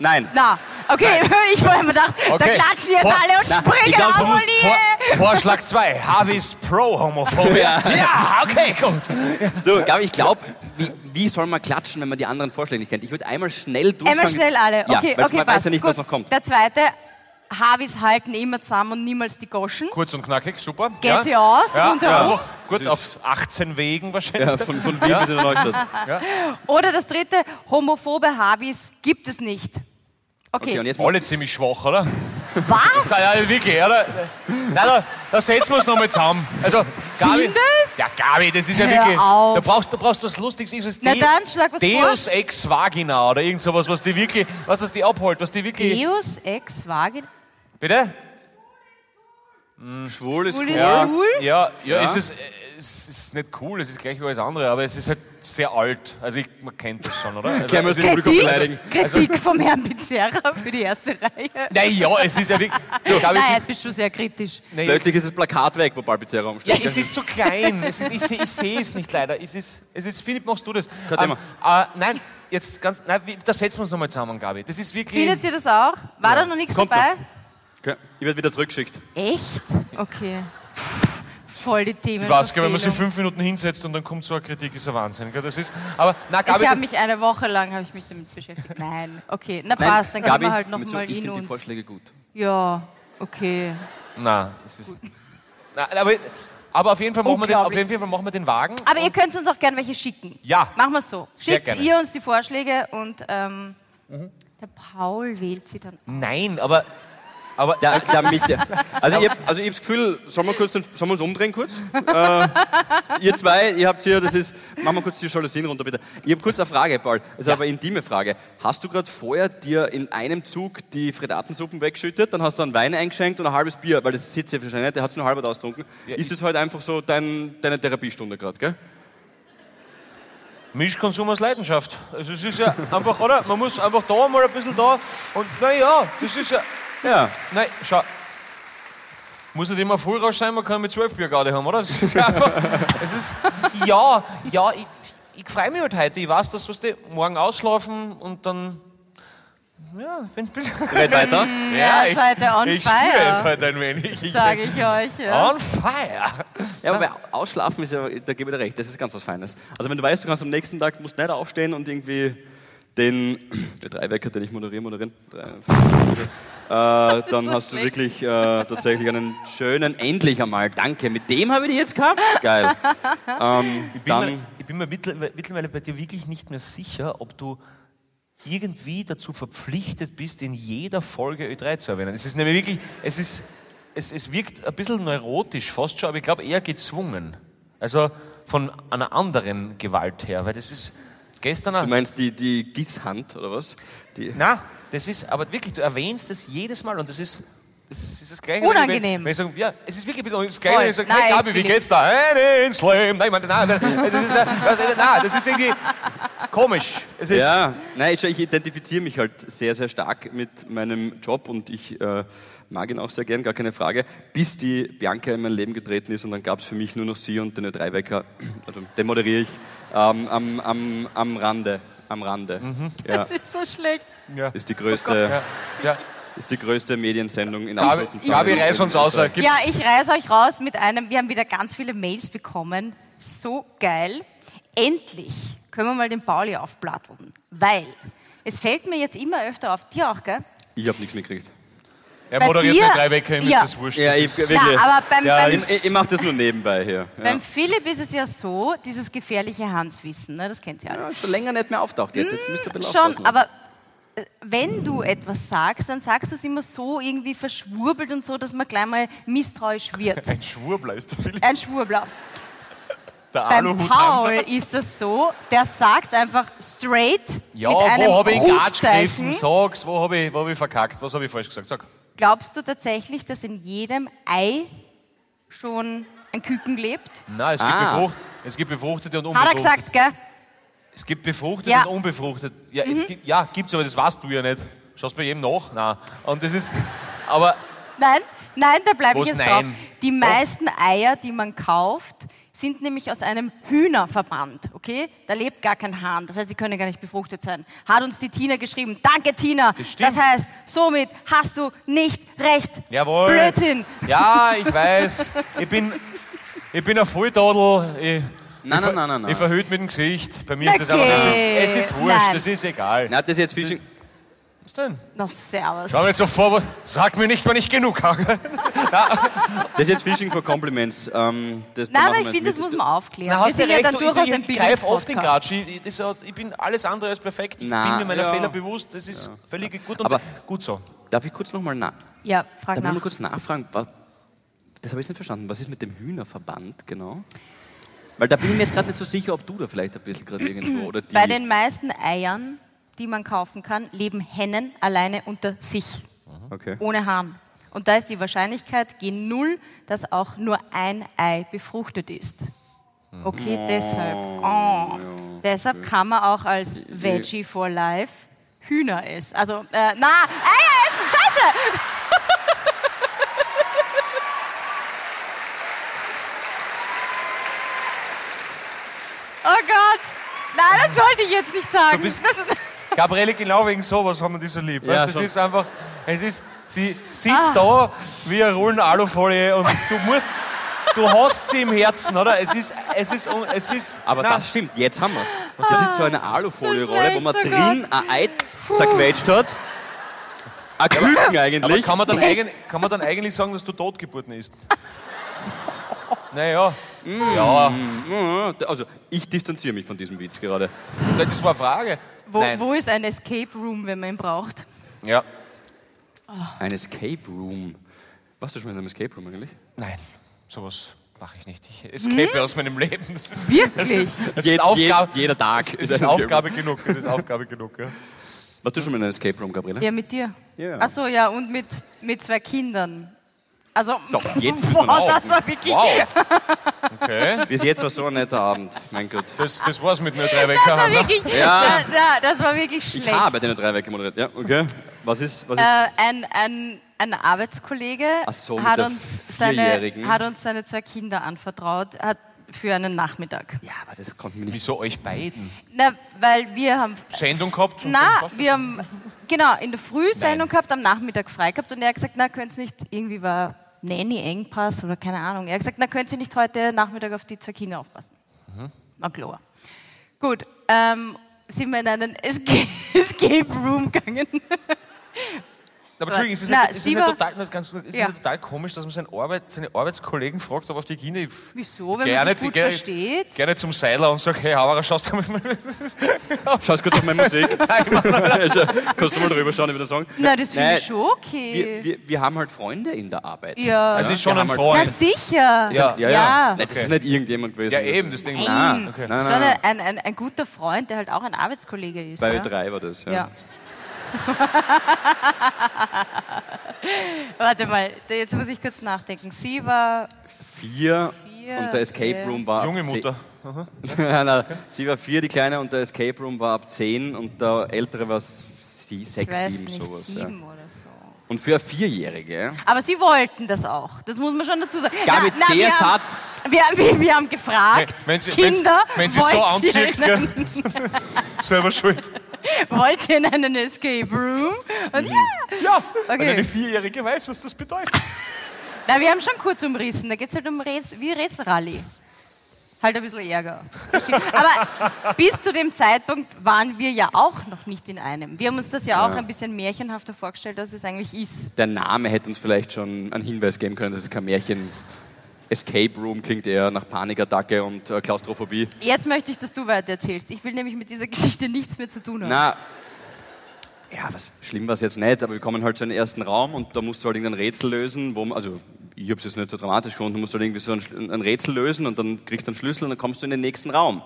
C: Nein.
B: Na, okay, ich wollte mir gedacht, da
D: Okay.
B: klatschen jetzt
D: Vor-
B: alle und
C: Na,
B: springen
C: ich glaub, du
B: auf
C: musst
B: und
D: Vor
B: nieder.
D: Vorschlag 2. Harveys Pro-Homophobia. ja, okay, gut.
C: So, Gabi, ich glaube, wie, wie soll man klatschen, wenn man die anderen Vorschläge nicht kennt? Ich würde einmal schnell durchsagen.
B: Einmal schnell alle.
C: Ja,
B: Okay,
C: weil
B: okay,
C: man
B: passt.
C: weiß ja nicht,
B: Gut.
C: was noch kommt.
B: Der zweite, Harveys halten immer zusammen und niemals die Goschen.
D: Kurz und knackig, super.
B: Geht sie aus, runter hoch.
D: Gut, auf 18 Wegen wahrscheinlich.
C: Ja, von, von Wien bis in der
B: Ah,
C: Neustadt.
B: Oder das dritte, homophobe Harveys gibt es nicht. Okay,
C: Okay, und jetzt
D: Alle ziemlich schwach, oder?
B: was?
D: Ja, ja, wirklich, oder? Nein, da, da setzen wir uns nochmal zusammen. Also, Gabi.
B: Findest?
D: Ja, Gabi, das ist ja
B: Hör
D: wirklich.
B: auf.
D: Da brauchst du brauchst was Lustiges. irgendwas
B: Na
D: De-
B: dann, schlag was vor.
D: Deus ex vagina oder irgend sowas, was die wirklich, was das die abholt, was die wirklich.
B: Deus ex vagina.
D: Bitte?
C: schwul ist
B: Cool
C: cool.
B: ist
C: Ja.
B: cool.
D: Ja, ja,
C: Ja.
D: Es, ist, äh, es ist nicht cool, es ist gleich wie alles andere, aber es ist halt sehr alt. Also ich, man kennt das schon, oder? Also,
C: Können wir
D: es
C: das
D: ist-
C: Publikum beleidigen?
B: Kritik vom Herrn Pizzerra für die erste Reihe.
D: Naja, es ist ja wirklich. Du, Gabi,
B: Nein, jetzt bist du sehr kritisch.
D: nee,
C: Plötzlich ist das Plakat weg, wo Barbizera
D: Ja,
C: rumsteht.
D: es ist zu klein. Es ist, ich seh- ich sehe es nicht leider. Es ist, es ist, Philipp, machst du das?
C: Kein Thema.
D: äh, nein, jetzt ganz, nein, wie- da setzen wir uns nochmal zusammen, Gabi. Das ist wirklich.
B: Findet ihr das auch? War da noch nichts
C: Kommt
B: dabei?
C: okay. Ich werde wieder zurückgeschickt.
B: Echt? Okay. Voll die Themen.
D: Ich weiß, gell, wenn man sich fünf Minuten hinsetzt und dann kommt so eine Kritik, ist ein Wahnsinn. Gell? Das ist, aber, na, Gabi,
B: ich habe
D: das,
B: mich eine Woche lang hab ich mich damit beschäftigt. Nein, okay. Na
C: Nein,
B: passt, dann gehen
C: Gabi,
B: wir halt
C: mit so-
B: nochmal
C: Ich
B: in
C: finde die
B: uns.
C: Vorschläge gut.
B: Ja, okay.
D: na, es ist, na, aber, aber auf jeden Fall machen wir den, auf
B: Unglaublich.
D: jeden Fall machen wir den Wagen.
B: Aber ihr könnt uns auch gern welche schicken.
D: Ja.
B: Machen wir so.
D: Sehr
B: Schickt
D: gerne.
B: ihr uns die Vorschläge und ähm, der Paul wählt sie dann.
D: Nein, aber, aber,
C: Der, der Michael. Also ich habe also ich hab das Gefühl, sollen wir, kurz den, sollen wir uns umdrehen kurz? Äh, ihr zwei, ihr habt hier, das ist, machen wir kurz die Jalousien runter bitte. Ich habe kurz eine Frage, Paul, das ist aber eine intime Frage. Hast du gerade vorher dir in einem Zug die Fredatensuppen weggeschüttet, dann hast du einen Wein eingeschenkt und ein halbes Bier, weil das sitzt ja wahrscheinlich nicht, der hat es nur halb ausgetrunken. ist das heute einfach so dein, deine Therapiestunde gerade, gell?
D: Mischkonsum aus Leidenschaft. Also, es ist ja einfach, oder? Man muss einfach da mal ein bisschen da und, naja, das ist ja,
C: Ja.
D: Nein, schau. Muss nicht immer voll raus sein, man kann mit zwölf Bier gerade haben, oder? Das ist einfach, es ist, ja, ja, ich, ich freue mich halt heute. Ich weiß, dass was die morgen auslaufen und dann Ja, bin
C: Red weiter.
B: Ja,
D: ich,
B: seid ihr on
D: ich spüre
B: fire.
D: es heute ein wenig. Ich
B: Sage ich euch. Ja.
D: on fire.
C: Ja, aber bei Ausschlafen ist ja, da gebe ich dir recht, das ist ganz was Feines. Also wenn du weißt, du kannst am nächsten Tag, musst nicht aufstehen und irgendwie den, der Dreiwecker, den ich moderiere, moderieren, drei, vier, äh, dann
B: so
C: hast du
B: schlecht.
C: wirklich äh, tatsächlich einen schönen, endlich einmal, danke, mit dem habe ich die jetzt gehabt, geil. Ähm,
D: Ich bin, mir,
C: dann,
D: ich bin mir mittlerweile mittlerweile bei dir wirklich nicht mehr sicher, ob du irgendwie dazu verpflichtet bist, in jeder Folge Ö3 zu erwähnen. Es ist nämlich wirklich, es ist, es, es wirkt ein bisschen neurotisch fast schon, aber ich glaube eher gezwungen. Also von einer anderen Gewalt her, weil das ist gestern...
C: du meinst die, die Gießhand oder was? Die,
D: Na, das ist, aber wirklich, du erwähnst das jedes Mal und das ist. Das ist das gleiche,
B: Unangenehm.
D: Wenn ich, wenn ich sag, ja, es ist wirklich ein bisschen das Gleiche,
B: Voll.
D: wenn ich sage,
B: Nein,
D: hey Gabi,
B: ich
D: wie
B: will
D: geht's da? Hey, ins Leben. Nein, ich meine, nein, nein, nein, das ist, nein, nein, das ist irgendwie komisch. Es ist,
C: Ja, nein, ich, ich identifiziere mich halt sehr, sehr stark mit meinem Job und ich äh, mag ihn auch sehr gern, gar keine Frage. Bis die Bianca in mein Leben getreten ist und dann gab es für mich nur noch sie und den Dreiwecker, also den moderiere ich, ähm, am, am, am Rande. Am Rande. Ja.
B: Das ist so schlecht.
D: ja.
C: Ist die größte,
D: Mhm. ja, ja.
C: ist die größte Mediensendung in
D: Gabi,
C: absoluten
D: Gabi
C: Zahlen.
D: reiß uns aus. Gibt's,
B: Ja, ich reiß euch raus mit einem. Wir haben wieder ganz viele Mails bekommen. So geil. Endlich können wir mal den Pauli aufplatteln. Weil es fällt mir jetzt immer öfter auf. Dir auch, gell?
C: Ich habe nichts mitgekriegt.
D: er
B: bei
D: moderiert
B: dir-
D: mit drei Wecker, ihm
B: Ja.
D: ist das wurscht.
C: Ja,
D: das
C: ich,
D: ist,
C: wirklich.
B: Ja, aber beim,
D: Ja,
B: beim,
C: ich ich, ich mache das nur nebenbei hier. Ja.
B: beim Philipp ist es ja so, dieses gefährliche Hanswissen, ne? das kennt ihr alle.
C: Ja, schon länger nicht mehr auftaucht jetzt. Jetzt müsst ihr ein bisschen
B: Schon,
C: aufpassen.
B: aber äh, wenn du etwas sagst, dann sagst du es immer so irgendwie verschwurbelt und so, dass man gleich mal misstrauisch wird.
D: ein Schwurbler ist der Philipp.
B: Ein Schwurbler.
D: Der
B: Äh, Beim
D: Aluhuthanser.
B: Paul ist das so, der sagt einfach straight
D: Ja,
B: mit einem
D: wo habe ich ihn Gatsch
B: Rufzeichen.
D: gegriffen? Sag's, wo habe ich, wo hab ich verkackt? Was habe ich falsch gesagt? Sag.
B: Glaubst du tatsächlich, dass in jedem Ei schon ein Küken lebt?
D: Nein, es gibt,
C: Ah.
D: Befrucht, es gibt befruchtete und
B: Hat er
D: unbefruchtete.
B: gesagt, gell?
D: Es gibt befruchtet
B: Ja. Mhm.
D: und unbefruchtet. Ja, es gibt, ja, gibt's, aber das weißt du ja nicht. Schaust bei jedem nach? Nein. Und das ist, aber
B: Nein, nein, da bleibe ich
D: Was
B: jetzt
D: nein?
B: drauf. Die meisten Eier, die man kauft, sind nämlich aus einem Hühnerverband, okay? Da lebt gar kein Hahn, das heißt, sie können gar nicht befruchtet sein. Hat uns die Tina geschrieben. Danke, Tina.
D: Das stimmt.
B: heißt, somit hast du nicht recht.
D: jawohl.
B: Blödsinn.
D: Ja, ich weiß. Ich bin, ich bin ein Volltadel. Ich,
C: Nein,
D: ich ver-
C: nein, nein, nein, nein.
D: Ich verhüllt mit dem Gesicht. Bei mir ist das
B: Okay.
D: aber, das ist, es ist wurscht,
B: Nein.
D: das ist egal.
C: Na, das ist
B: Hm.
C: jetzt Phishing.
D: Was denn?
B: Na, servus.
D: Schau mir jetzt so vor, sag mir nicht, wann ich genug habe.
C: Das ist jetzt Phishing for Compliments. Ähm, das, da
B: Nein, aber
C: machen
B: ich
C: wir
B: finde,
C: nicht
B: das
C: mit.
B: muss man aufklären.
D: Na, hast
B: Wir
D: du
B: sind ja
D: recht,
B: dann
D: du,
B: durchaus
D: ich,
B: ein
D: ich greif auf den
B: Bildungspodcast.
D: Gratsch. Ich, ich, das, ist- ich bin alles andere als perfekt. Ich
C: Na,
D: bin mir meiner
C: ja.
D: Fehler bewusst. Das ist völlig gut und
C: Aber-
D: gut so.
C: Darf ich kurz nochmal nach?
B: Ja, frag
C: Darf ich
B: nach.
C: mal kurz nachfragen? wa- Das habe ich nicht verstanden. Was ist mit dem Hühnerverband genau? Weil da bin ich mir jetzt gerade nicht so sicher, ob du da vielleicht ein bisschen gerade irgendwo oder die.
B: Bei den meisten Eiern, die man kaufen kann, leben Hennen alleine unter sich.
C: okay.
B: ohne Hahn. Und da ist die Wahrscheinlichkeit gen Null, dass auch nur ein Ei befruchtet ist. Okay, deshalb. Oh. Deshalb kann man auch als Veggie for Life Hühner essen. Also, äh, na, Eier essen, scheiße! Oh Gott! Nein, das wollte ich jetzt nicht sagen.
D: Du bist-
B: das,
D: Gabriele, genau wegen sowas haben wir die so lieb.
C: Ja,
D: weißt, das
C: schon.
D: ist einfach, es ist, sie
B: Ah.
D: sitzt da wie eine Rollen Alufolie und du musst, du hast sie im Herzen, oder? Es ist, es ist, un- es ist,
C: Aber
D: na,
C: das stimmt, jetzt haben wir es. Das ist so eine Alufolierolle, wo man
B: So Ah. schlecht, oh
C: drin ein Ei zerquetscht hat. Ein Küken
D: aber
C: eigentlich.
D: kann man, dann eigen, kann man dann eigentlich sagen, dass du totgeburten ist? Naja, ja,
C: Also, ich distanziere mich von diesem Witz gerade.
D: das war eine Frage.
B: wo,
D: Nein.
B: wo ist ein Escape Room, wenn man ihn braucht?
D: Ja,
C: Ein Escape Room. Warst du schon in einem Escape Room eigentlich?
D: nein, sowas mache ich nicht. Ich escape aus meinem Leben. Das ist, Das
B: Hm? Wirklich?
D: ist, das ist Aufgabe.
C: jeder Tag
D: Das
C: ist,
D: ist
C: ein Escape
D: Aufgabe genug, das ist Aufgabe genug. Ja.
C: Room. Warst du schon mal in einem Escape Room, Gabriele?
B: Ja, mit dir.
C: Ja.
B: Ach so, ja, und mit, mit zwei Kindern. Also,
C: So, jetzt müssen
B: boah,
C: wir noch-
B: das war wirklich...
D: Wow. Okay.
C: Bis jetzt war so ein netter Abend. Mein Gott.
D: Das, das war's mit nur drei
B: Das
D: ne? Wecker,
B: war
D: Hansa.
B: wirklich,
C: Ja.
B: ja. Ja, das war wirklich
C: Ich
B: schlecht.
C: habe den Ah, drei Wecke moderiert. Ja, okay. Was ist? Was ist?
B: äh, ein, ein, ein Arbeitskollege
C: Ach so, mit
B: hat,
C: der
B: uns seine,
C: Vierjährigen.
B: hat uns seine zwei Kinder anvertraut hat für einen Nachmittag.
C: ja, aber das konnten wir nicht.
D: Wieso euch beiden?
B: Na, weil wir haben...
D: Sendung gehabt? und
B: Na,
D: dann passt das.
B: wir haben genau, in der Früh Sendung gehabt, am Nachmittag frei gehabt und er hat gesagt, na, könnt's nicht, irgendwie war Nanny-Engpass oder keine Ahnung. Er hat gesagt, na, könnt ihr nicht heute Nachmittag auf die zwei Kinder aufpassen?
C: Mhm.
B: War klar. Gut, ähm, sind wir in einen Escape Escape Room gegangen.
D: Aber Entschuldigung, ist es
B: Na,
D: nicht, ist es
B: sie
D: nicht,
B: war-
D: total, nicht, ganz, kurz, ist es
B: Ja.
D: nicht total komisch, dass man seinen Arbeit, seine Arbeitskollegen fragt, ob auf die Kinder...
B: Wieso, wenn man sich gut versteht?
D: Gerne zum Seiler und sagt, hey, Havara, schaust du mal... Also
C: Oh, Schau kurz auf um meine Musik. Kannst du mal drüber schauen über den Song?
B: Na, das finde
C: Nein,
B: ich schon okay.
C: Wir, wir, wir haben halt Freunde in der Arbeit.
B: ja.
D: Also ist schon
C: wir haben
D: ein
B: na
D: Freund.
B: sicher.
D: Ja.
C: Ja, ja.
B: Ja.
C: Nein, das ist
D: Okay.
C: nicht irgendjemand gewesen.
D: Ja, eben, das Ding.
C: Nein,
D: Okay.
C: okay.
B: Schon
C: nein, nein.
B: ein, ein, ein guter Freund, der halt auch ein Arbeitskollege ist.
C: Bei
B: ja.
C: drei war das, ja.
B: Ja. Warte mal, da- jetzt muss ich kurz nachdenken. Sie war,
C: Vier,
B: Vier,
C: und der Escape
B: okay.
C: Room war ab
D: Junge
C: zehn-
D: Mutter.
C: nein, nein, sie war vier, die Kleine, und der Escape Room war ab zehn und der Ältere war sie,
B: ich
C: sechs,
B: weiß
C: sieben,
B: nicht,
C: sowas.
B: sieben
C: Ja.
B: oder so.
C: Und für eine Vierjährige,
B: Aber sie wollten das auch. Das muss man schon dazu sagen.
C: Gabi,
B: Na, na,
C: der
B: wir haben-
C: Satz,
B: Wir, wir, wir haben gefragt,
D: Wenn sie- wenn sie-
B: Kinder,
D: wenn sie so
B: wollt ihr
D: anzieht,
B: einen-
D: Selber schuld.
B: wollt ihr in einen Escape Room? Und ja!
D: Ja, wenn
B: Okay.
D: eine Vierjährige weiß, was das bedeutet.
B: Na, wir haben schon kurz umrissen. Da geht es halt um Rätsel, wie Rätselrallye. Halt ein bisschen Ärger. Aber bis zu dem Zeitpunkt waren wir ja auch noch nicht in einem. Wir haben uns das ja auch ein bisschen märchenhafter vorgestellt, als es eigentlich ist.
C: der Name hätte uns vielleicht schon einen Hinweis geben können, das ist kein Märchen. Escape Room klingt eher nach Panikattacke und äh, Klaustrophobie.
B: Jetzt möchte ich, dass du weiter erzählst. Ich will nämlich mit dieser Geschichte nichts mehr zu tun haben.
C: Na, ja, was, schlimm war es jetzt nicht, aber wir kommen halt zu einem ersten Raum und da musst du halt irgendein Rätsel lösen, wo man, also ich habe es jetzt nicht so dramatisch gefunden, du musst halt irgendwie so ein, Schl- ein Rätsel lösen und dann kriegst du einen Schlüssel und dann kommst du in den nächsten Raum.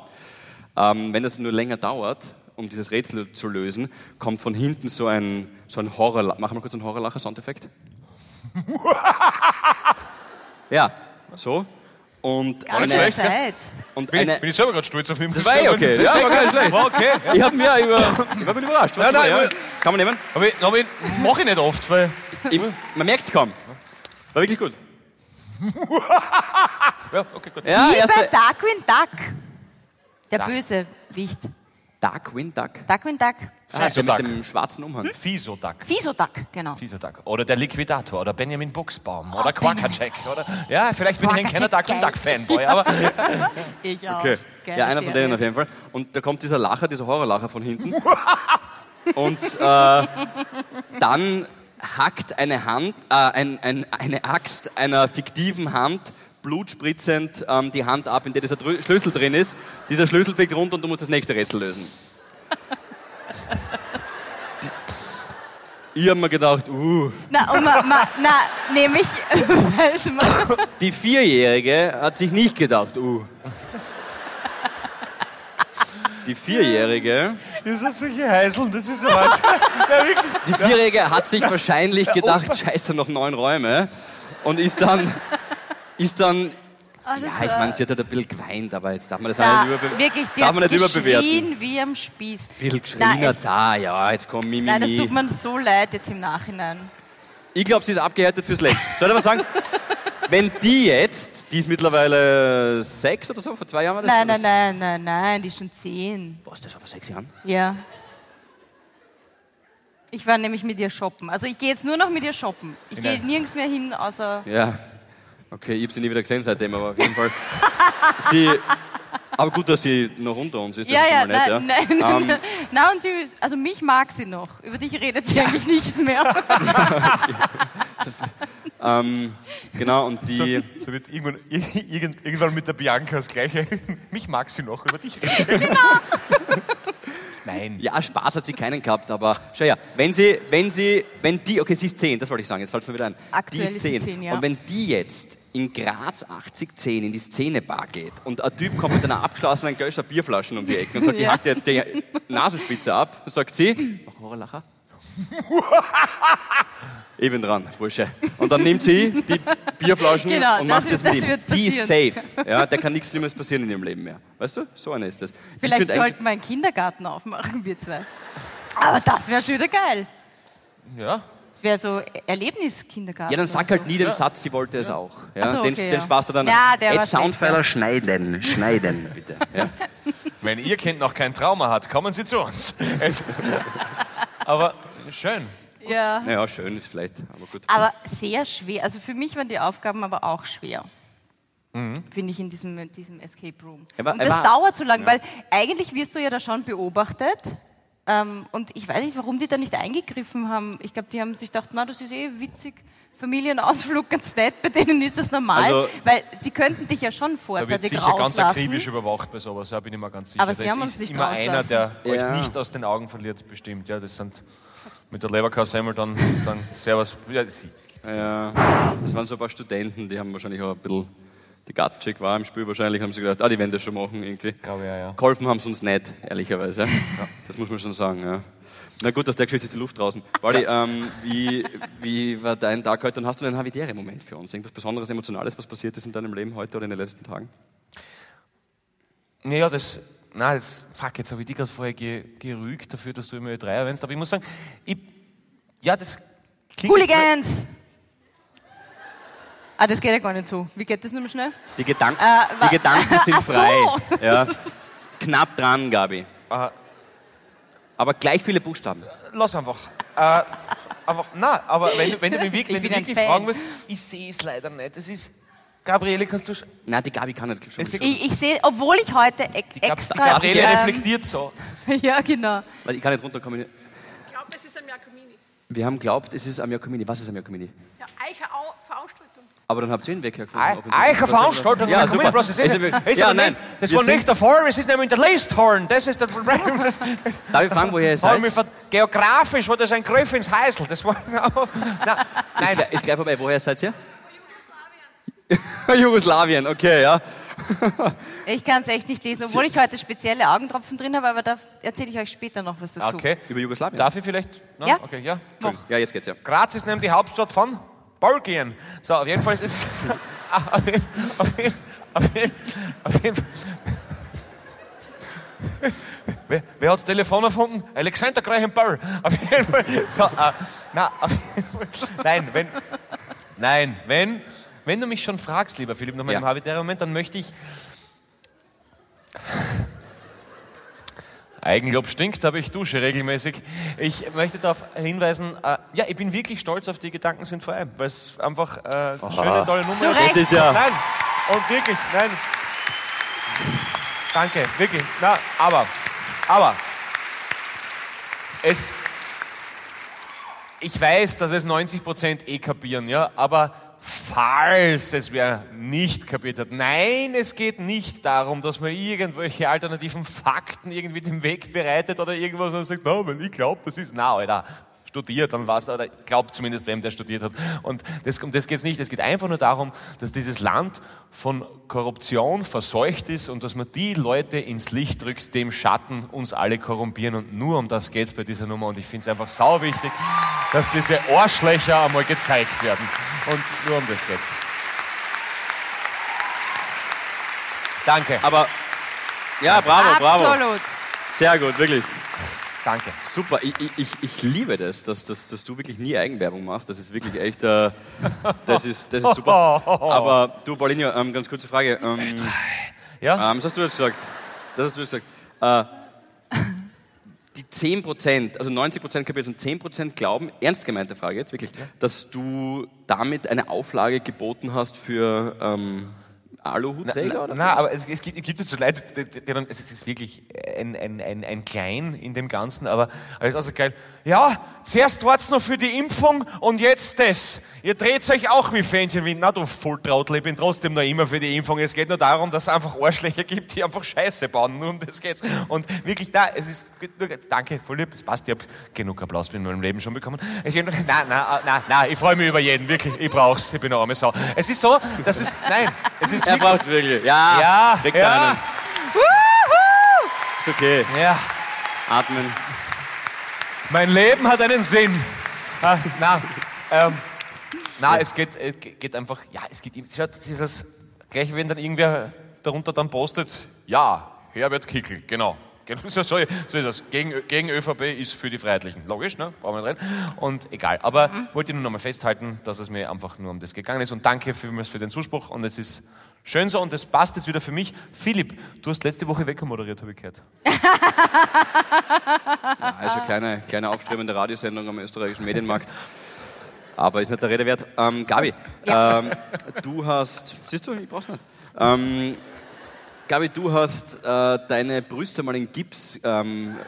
C: Ähm, wenn das nur länger dauert, um dieses Rätsel zu lösen, kommt von hinten so ein, so ein Horror... Machen wir kurz einen Horrorlacher-Soundeffekt. ja, so. Und
B: Ganze
C: eine,
B: Zeit.
C: und
D: Bin,
C: eine,
D: ich, bin ich selber gerade stolz auf mich.
C: Das war eh okay.
D: Das war
C: Ja, war gar
D: okay.
C: nicht schlecht.
D: War okay.
C: ich habe mir über, ich war überrascht.
D: Nein, nein,
C: ja.
D: ich-
C: Kann man nehmen?
D: Aber ich, aber ich mache ich nicht oft, weil...
C: Ich, man merkt es kaum. War wirklich gut.
D: Ja, okay, gut.
C: Ja,
B: Wie bei
C: erste.
B: Darkwing Duck. Der böse Wicht.
C: Darkwing Duck.
B: Darkwing Duck.
C: Also
D: Ah, Duck.
C: mit dem schwarzen Umhang.
D: Fisodack.
B: Fisoduck, genau.
D: Fisodack. Oder der Liquidator oder Benjamin Buchsbaum oder Quackercheck. Oder, ja, vielleicht bin ich ein kleiner Duck und Duck-Fanboy, aber
B: Ich auch. Geile
C: Ja, einer von
B: Serie.
C: denen auf jeden Fall. Und da kommt dieser Lacher, dieser Horrorlacher von hinten. Und äh, dann hackt eine Hand, äh, ein, ein, eine Axt einer fiktiven Hand blutspritzend ähm, die Hand ab, in der dieser Drü Schlüssel drin ist. Dieser Schlüssel fliegt runter und du musst das nächste Rätsel lösen. Die- Ich habe mir gedacht, uh,
B: Na, und ma, ma, na, nämlich, weiß man.
C: Die Vierjährige hat sich nicht gedacht, uh. Die Vierjährige,
D: ihr seid solche Heiseln, das ist ja was. ja, wirklich.
C: die Vierjährige hat sich wahrscheinlich gedacht, scheiße, noch neun Räume. Und ist dann, ist dann, ja, ich meine, sie hat halt ein bisschen geweint, aber jetzt darf man das auch
B: Ah, Na,
C: nicht, überbe
B: wirklich, die
C: darf man
B: hat
C: nicht überbewerten. Ein
B: geschrien wie am Spieß.
C: bisschen geschrien
B: Nein,
C: hat
B: es-
C: sie, ah ja, jetzt komm, Mimi.
B: Nein, das tut mir so leid jetzt im Nachhinein.
C: Ich glaube, sie ist abgehärtet fürs Leben. Soll ich aber sagen, wenn die jetzt, die ist mittlerweile sechs oder so, vor zwei Jahren war das?
B: Nein, nein,
C: das-
B: nein, nein, nein, die ist schon zehn.
C: Was, das war vor sechs Jahren?
B: Ja. Ich war nämlich mit ihr shoppen. Also ich gehe jetzt nur noch mit ihr shoppen. Ich gehe
D: Genau.
B: nirgends mehr hin, außer...
C: Ja, okay, ich habe sie nie wieder gesehen seitdem, aber auf jeden Fall. sie, aber gut, dass sie noch unter uns ist, das
B: Ja,
C: ist
B: ja,
C: schon mal
B: nein,
C: nett,
B: nein,
C: ja. Ähm,
B: nein. Na, und sie, also mich mag sie noch. Über dich redet sie eigentlich nicht mehr.
C: genau, und die,
D: So wird irgendwann, irgend, irgendwann mit der Bianca das Gleiche. Mich mag sie noch, über dich redet Nein.
C: ja, Spaß hat sie keinen gehabt, aber schau ja, wenn sie, wenn sie, wenn die, okay, sie ist 10, das wollte ich sagen, jetzt fällt mir wieder ein.
B: Aktuell
C: die
B: ist
C: ist
B: sie
C: 10.
B: 10, ja.
C: Und wenn die jetzt in Graz 8010 in die Szenebar geht und ein Typ kommt mit einer abgeschlossenen Gölscher Bierflaschen um die Ecke und sagt, ich
B: Ja.
C: hack dir jetzt die Nasenspitze ab, sagt sie, mach Horrorlacher. Ich bin dran, Bursche. Und dann nimmt sie die Bierflaschen
B: Genau,
C: und
B: das
C: macht
B: ist-
C: das, mit
B: das
C: ihm.
B: wird
C: Die ist safe.
B: passieren.
C: Ja, der kann nichts Schlimmes passieren in ihrem Leben mehr. Weißt du? So eine ist das. Ich
B: Vielleicht
C: find eigentlich-
B: sollten wir einen Kindergarten aufmachen, wir zwei. Aber das wäre schon wieder geil.
D: Ja.
B: Das wäre so E-, Erlebniskindergarten.
C: Ja, dann sag
B: oder
C: halt nie den Satz, sie wollte es auch. Ja,
B: Ach so,
C: den,
B: okay,
C: den
B: ja.
C: sparst du dann.
B: Ja, der war
C: Ed Soundfiler schneiden, schneiden, bitte. Ja.
D: Wenn ihr Kind noch kein Trauma hat, kommen Sie zu uns. Es ist, aber Schön.
C: halt-
B: Ja.
C: Naja, schön ist vielleicht, aber gut.
B: Aber sehr schwer. Also für mich waren die Aufgaben aber auch schwer.
D: Mhm.
B: Finde ich in diesem, in diesem Escape Room.
C: Er war-
B: und
C: er
B: das
C: war-
B: dauert so lang, weil eigentlich wirst du ja da schon beobachtet. Ähm, und ich weiß nicht, warum die da nicht eingegriffen haben. Ich glaube, die haben sich gedacht, na, das ist eh witzig. Familienausflug ganz nett, bei denen ist das normal.
C: Also-
B: weil sie könnten dich ja schon
D: Da wird
B: vorzeitig
D: sicher ganz akribisch
B: rauslassen.
D: überwacht bei sowas, da bin ich mir ganz sicher.
B: Aber sie
D: das
B: haben uns
D: ist
B: nicht
D: immer einer,
B: rauslassen.
D: der
C: Ja.
D: euch nicht aus den Augen verliert, bestimmt. Ja, das sind mit der Leberkassemmel dann, dann Servus. Ja, das ist,
C: Ja, das waren so ein paar Studenten, die haben wahrscheinlich auch ein bisschen, die Gartencheck war im Spiel wahrscheinlich, haben sie gedacht, ah, die werden das schon machen irgendwie.
D: Glaube ja, ja.
C: Geholfen haben sie uns nicht, ehrlicherweise. Das muss man schon sagen, ja. Na gut, aus der Geschichte ist die Luft draußen. Wally, ähm, wie, wie war dein Tag heute und hast du einen Havidere-Moment für uns? Irgendwas Besonderes, Emotionales, was passiert ist in deinem Leben heute oder in den letzten Tagen?
D: Naja, das. Nein, das, fuck, jetzt habe ich dich gerade vorher ge, gerügt dafür, dass du immer Ö3 erwähnst. Aber ich muss sagen, ich, ja, das klingt.
B: Hooligans! Ah, das geht ja gar nicht so. Wie geht das nochmal schnell?
C: Die, Gedanken,
B: Äh, wa-
C: die Gedanken sind
B: Ach so.
C: frei. Ja. Knapp dran, Gabi.
D: Aha.
C: Aber gleich viele Buchstaben.
D: Lass einfach. Äh, einfach nein, aber wenn, du- wenn du mich wirklich, wenn
B: Ich
D: du
B: bin ein
D: wirklich
B: Fan.
D: fragen willst, ich sehe es leider nicht. Das ist. Gabriele, kannst du. sch-
C: Nein, die Gabi kann nicht.
D: Es-
C: Schon,
B: Ich, ich sehe, obwohl ich heute e extra...
D: Gabriele
B: ähm,
D: reflektiert so.
B: Ja, genau.
C: weil ich kann nicht runterkommen.
E: Ich glaube, es ist am Jakomini.
C: Wir haben glaubt, es ist am Jakomini. Was ist am Jakomini?
E: Ja, eiche Au- Veranstaltung.
C: Aber dann habt ihr ihn weggefunden.
D: Eiche Veranstaltung,
C: ja,
D: man kann
C: super.
D: mich bloß nicht
C: Es
D: sehen.
C: ist-
D: Ist
C: ja,
D: aber
C: nein.
D: nicht- Das
C: Wir
D: war
C: sind-
D: nicht der Fall, es ist nämlich der Listhorn, das ist das Problem. Das,
C: Darf ich fragen, woher ihr
D: Vor
C: seid?
D: allem mit ver- geografisch war das ein Griff ins Heißel. Das war, nein,
C: Ist
D: nein,
C: gleich- Ist gleich vorbei. Woher seid ihr? Jugoslawien, okay, ja.
B: Ich kann es echt nicht lesen, obwohl ich heute spezielle Augentropfen drin habe, aber da erzähle ich euch später noch was dazu.
D: Okay.
C: Über Jugoslawien.
D: Ah, Darf ich vielleicht? Nein?
B: Ja.
D: Okay, ja.
B: Noch.
C: Ja, jetzt geht's ja.
D: Graz ist nämlich die Hauptstadt von Bulgarien. So, auf jeden Fall ist es. Ah, auf jeden auf jeden, auf jeden, auf jeden Wer, wer hat das Telefon erfunden? Alexander Graham Bell. Auf jeden Fall. So, äh, na, auf jeden Fall. Nein, wenn, nein, wenn, wenn du mich schon fragst, lieber Philipp, nochmal
C: Ja.
D: im habitären Moment, dann möchte ich. Eigenlob stinkt, aber ich dusche regelmäßig. Ich möchte darauf hinweisen, äh, ja, ich bin wirklich stolz auf die Gedanken sind frei, weil es einfach äh, eine schöne, tolle Nummer
B: Zu
D: ist.
B: Recht.
C: Das ist ja.
D: Nein, und wirklich, nein. Danke, wirklich. Na, aber, aber, es, ich weiß, dass es 90% eh kapieren, ja, aber falls es wer nicht kapiert hat, nein, es geht nicht darum, dass man irgendwelche alternativen Fakten irgendwie den Weg bereitet oder irgendwas und sagt, na, weil ich glaube, das ist, na, Alter, studiert, dann was, oder glaubt zumindest wem, der studiert hat. Und das, um das geht es nicht. Es geht einfach nur darum, dass dieses Land von Korruption verseucht ist und dass man die Leute ins Licht rückt, die im Schatten uns alle korrumpieren. Und nur um das geht es bei dieser Nummer. Und ich finde es einfach sau wichtig, dass diese Ohrschlächer einmal gezeigt werden. Und nur um das geht's. Danke,
C: Aber, ja, bravo, bravo.
B: Absolut.
C: Sehr gut, wirklich.
D: danke.
C: Super, ich, ich- ich, ich liebe das, dass, dass, dass du wirklich nie Eigenwerbung machst. Das ist wirklich echt, äh, das, ist, das ist super. Aber du, Paulinho, ähm, ganz kurze Frage. Ähm,
D: Ja?
C: ähm, was hast du jetzt gesagt? Das hast du jetzt gesagt. Äh, die 10%, also 90% kapiert und 10% glauben, ernst gemeinte Frage jetzt wirklich, dass du damit eine Auflage geboten hast für ähm, Aluhutträger? oder
D: Na, aber es, es gibt, es gibt jetzt so Leute, die- die- denen, es ist wirklich ein, ein, ein, ein Klein in dem Ganzen, aber alles also geil. Ja, zuerst wart's noch für die Impfung und jetzt das. Ihr dreht euch auch wie Fähnchen wie, na du Volltrautel, ich bin trotzdem noch immer für die Impfung. Es geht nur darum, dass es einfach Arschlöcher gibt, die einfach Scheiße bauen, nur um das geht's. Und wirklich, da, es ist, gut, nur- danke, voll lieb, es passt, ich hab genug Applaus in meinem Leben schon bekommen. Ich, nein, nein, nein, nein, ich freue mich über jeden, wirklich, ich brauch's, ich bin eine arme Sau. Es ist so, das ist, nein, es ist
C: Er
D: wirklich,
C: braucht wirklich. Ja,
D: Ja,
C: weg
D: ja.
C: da einen. Ist okay,
D: ja.
C: atmen.
D: Mein Leben hat einen Sinn. Ah, na, ähm, na, es geht, äh, ge- geht einfach, ja, es geht ihm. es hat dieses, gleich wenn dann irgendwer darunter dann postet, ja, Herbert Kickl, genau. Genau, So, so, so ist das. Gegen, Ö- gegen ÖVP ist für die Freiheitlichen. Logisch, ne? Brauchen wir nicht rein. Und egal. Aber wollte ich nur nochmal festhalten, dass es mir einfach nur um das gegangen ist. Und danke vielmals für den Zuspruch. Und es ist Schön so, und das passt jetzt wieder für mich. Philipp, du hast letzte Woche Wecker moderiert, habe ich gehört.
C: Ah, ist eine kleine, kleine aufstrebende Radiosendung am österreichischen Medienmarkt. Aber ist nicht der Rede wert. Ähm, Gabi, ähm, du hast. Siehst du, ich brauch's nicht. Ähm, Gabi, du hast äh, deine Brüste mal in Gips. Ähm,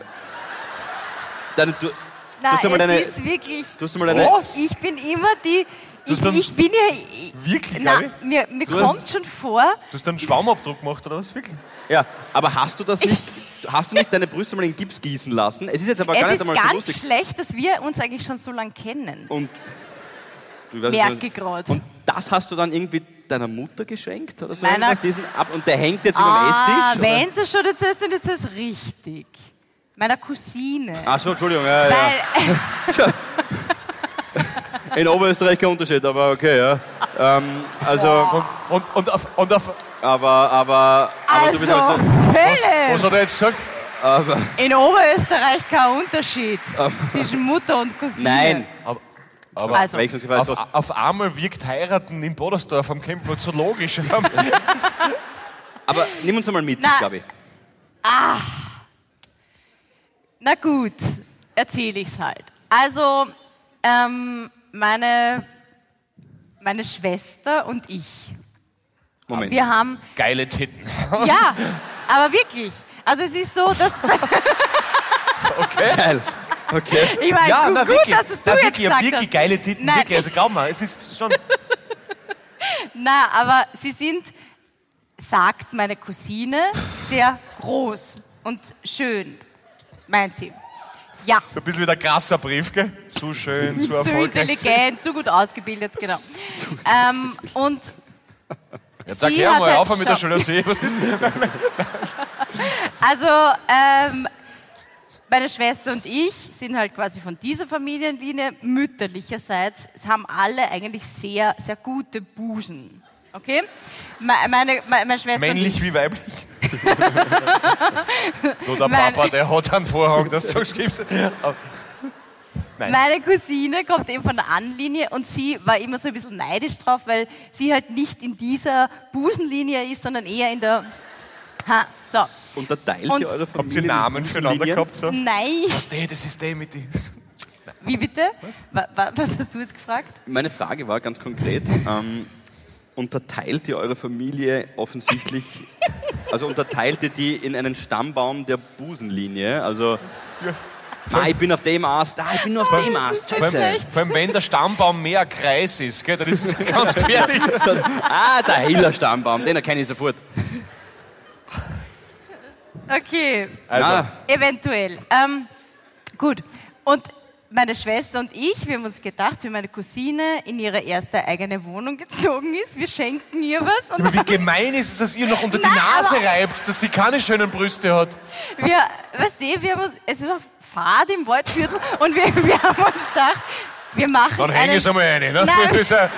C: deine, du,
B: Nein,
C: du hast mal
B: es
C: deine.
B: ist wirklich,
C: Du hast mal deine.
B: ich bin immer die, ich,
D: hast dann-
B: ich bin ja, ich,
D: Wirklich,
B: na,
D: Gabi?
B: mir, mir
D: hast-
B: kommt schon vor,
D: Du hast einen Schwaumabdruck gemacht, oder was? Wirklich?
C: Ja, aber hast du das nicht. Hast du nicht deine Brüste mal in Gips gießen lassen? Es ist jetzt aber gar
B: es
C: nicht
B: ist
C: einmal
B: ganz
C: so lustig. Oh,
B: schlecht, dass wir uns eigentlich schon so lange kennen.
C: Und du weißt
B: Merke
C: nicht-
B: grad.
C: Und das hast du dann irgendwie deiner Mutter geschenkt oder so
B: Nein,
C: irgendwas,
B: nein.
C: diesen ab und der hängt jetzt über dem
B: ah,
C: Esstisch.
B: wenn sie schon dazu ist, dann ist das richtig. Meiner Cousine.
C: Ach so, Entschuldigung. Ah, Ja, ja.
B: Weil,
C: In Oberösterreich kein Unterschied, aber okay, ja. Ähm, also,
D: Und, und, und, auf, und auf,
C: aber, aber, aber du bist
B: also,
C: halt so,
B: Philipp,
D: was hat er jetzt gesagt?
C: aber,
B: in Oberösterreich kein Unterschied zwischen Mutter und Cousine.
C: nein.
D: Aber
B: Also,
C: Wechselgefallen.
D: auf, auf einmal wirkt Heiraten in Bodersdorf am Campingplatz so logisch.
C: Aber nimm uns mal mit,
B: Na.
C: Gabi.
B: Na gut, erzähle ich's halt. Also, ähm, meine, meine Schwester und ich,
C: Moment.
B: wir haben,
D: Geile Titten.
B: ja, aber wirklich. Also es ist so, dass,
C: Geil. Okay.
B: ich meine,
D: Ja,
B: gut,
D: na
B: gut,
D: wirklich.
B: dass es du
D: na
B: jetzt
D: wirklich, ich hab
B: gesagt
D: wirklich
B: hast.
D: geile Titten.
B: Nein.
D: Wirklich, also glaub mal, es ist schon.
B: Na, aber sie sind, sagt meine Cousine, sehr groß und schön, meint sie. Ja.
D: So ein bisschen wie der krasser Brief, gell? Zu schön, zu
B: Zu
D: erfolgreich.
B: intelligent, zu gut ausgebildet, genau. Ähm, und
D: Jetzt sag
B: Sie
D: her
B: hat
D: mal
B: halt
D: auf mit der
B: geschaut.
D: Jalousie. Was ist-
B: Also, ähm, meine Schwester und ich sind halt quasi von dieser Familienlinie mütterlicherseits. Es haben alle eigentlich sehr, sehr gute Busen. Okay? Me- Meine, meine, meine Schwester und
D: Männlich
B: ich.
D: wie weiblich. so, der
B: Nein.
D: Papa, der hat einen Vorhang, dass du sagst, gibt's.
B: Meine Cousine kommt eben von der Anlinie und sie war immer so ein bisschen neidisch drauf, weil sie halt nicht in dieser Busenlinie ist, sondern eher in der. Ha, so.
C: Unterteilt
B: Und-
C: ihr eure
D: Habt ihr
C: Familie?
D: Namen füreinander
C: Linien?
D: gehabt? So?
B: Nein.
D: Nee, das ist der mit die.
B: Wie bitte? Was? Was hast du jetzt gefragt?
C: Meine Frage war ganz konkret, ähm, unterteilt ihr eure Familie offensichtlich, also unterteilt ihr die in einen Stammbaum der Busenlinie? Also, ah, ich bin auf dem Ast, ah, ich bin nur auf dem Ast,
D: Vor allem,
C: scheiße.
D: vor allem, wenn der Stammbaum mehr ein Kreis ist, gell, dann ist es ganz gefährlich.
C: Ah, der hiller Stammbaum, den erkenne ich sofort.
B: Okay.
D: Also,
C: Ah.
B: Eventuell. Ähm, gut. Und meine Schwester und ich, wir haben uns gedacht, wenn meine Cousine in ihre erste eigene Wohnung gezogen ist, wir schenken ihr was. Und
D: aber wie gemein ist es, dass ihr noch unter die
B: Nein,
D: Nase
B: aber-
D: reibt, dass sie keine schönen Brüste hat.
B: wir, weißt du, wir haben uns, es war Fahrt im Waldviertel und wir, wir haben uns gedacht, wir machen
D: Dann häng
B: einen,
D: ich es einmal rein. Ne?
B: Nein.
D: Das ist ein-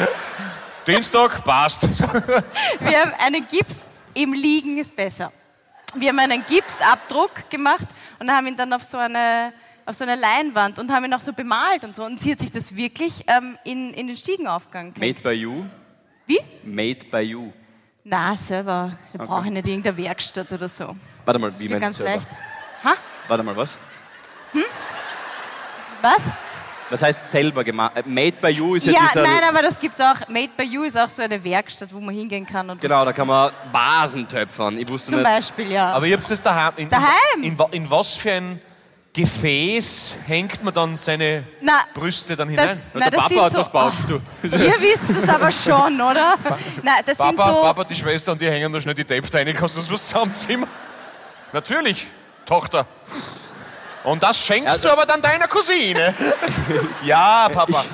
D: Dienstag, passt.
B: wir haben einen Gips, im Liegen ist besser. Wir haben einen Gipsabdruck gemacht und haben ihn dann auf so eine, auf so eine Leinwand und haben ihn auch so bemalt und so. Und sie hat sich das wirklich ähm, in, in den Stiegenaufgang
C: Made by you,
B: Wie?
C: made by you.
B: Na, selber. Da brauche ich nicht irgendeine Werkstatt oder so.
C: Warte mal, wie
B: Ist ja
C: meinst
B: ganz
C: du selber?
B: leicht. Ha?
C: Warte mal, was?
B: Was?
C: Was heißt selber gemacht? Äh, Made by you ist ja,
B: Ja,
C: dieser...
B: nein, aber das gibt's auch. Made by You ist auch so eine Werkstatt, wo man hingehen kann und
C: Genau, da kann man Vasen töpfern. Ich wusste
B: zum
C: nicht.
B: Beispiel, ja.
D: Aber ihr habt es daheim. In,
B: Daheim?
D: In, wa- in was für ein Gefäß hängt man dann seine
B: Na,
D: Brüste dann
B: das,
D: hinein?
B: na,
C: der
B: das
C: Papa
B: sind
C: hat
B: so,
C: was gebaut. Du.
B: Ihr wisst es aber schon, oder? Na, das sind
D: Papa,
B: so.
D: Papa, die Schwester und die hängen da schnell die Däpfte rein. Kannst du das was zusammenzimmern? Natürlich, Tochter. Und das schenkst
C: Also-
D: du aber dann deiner Cousine. ja, Papa.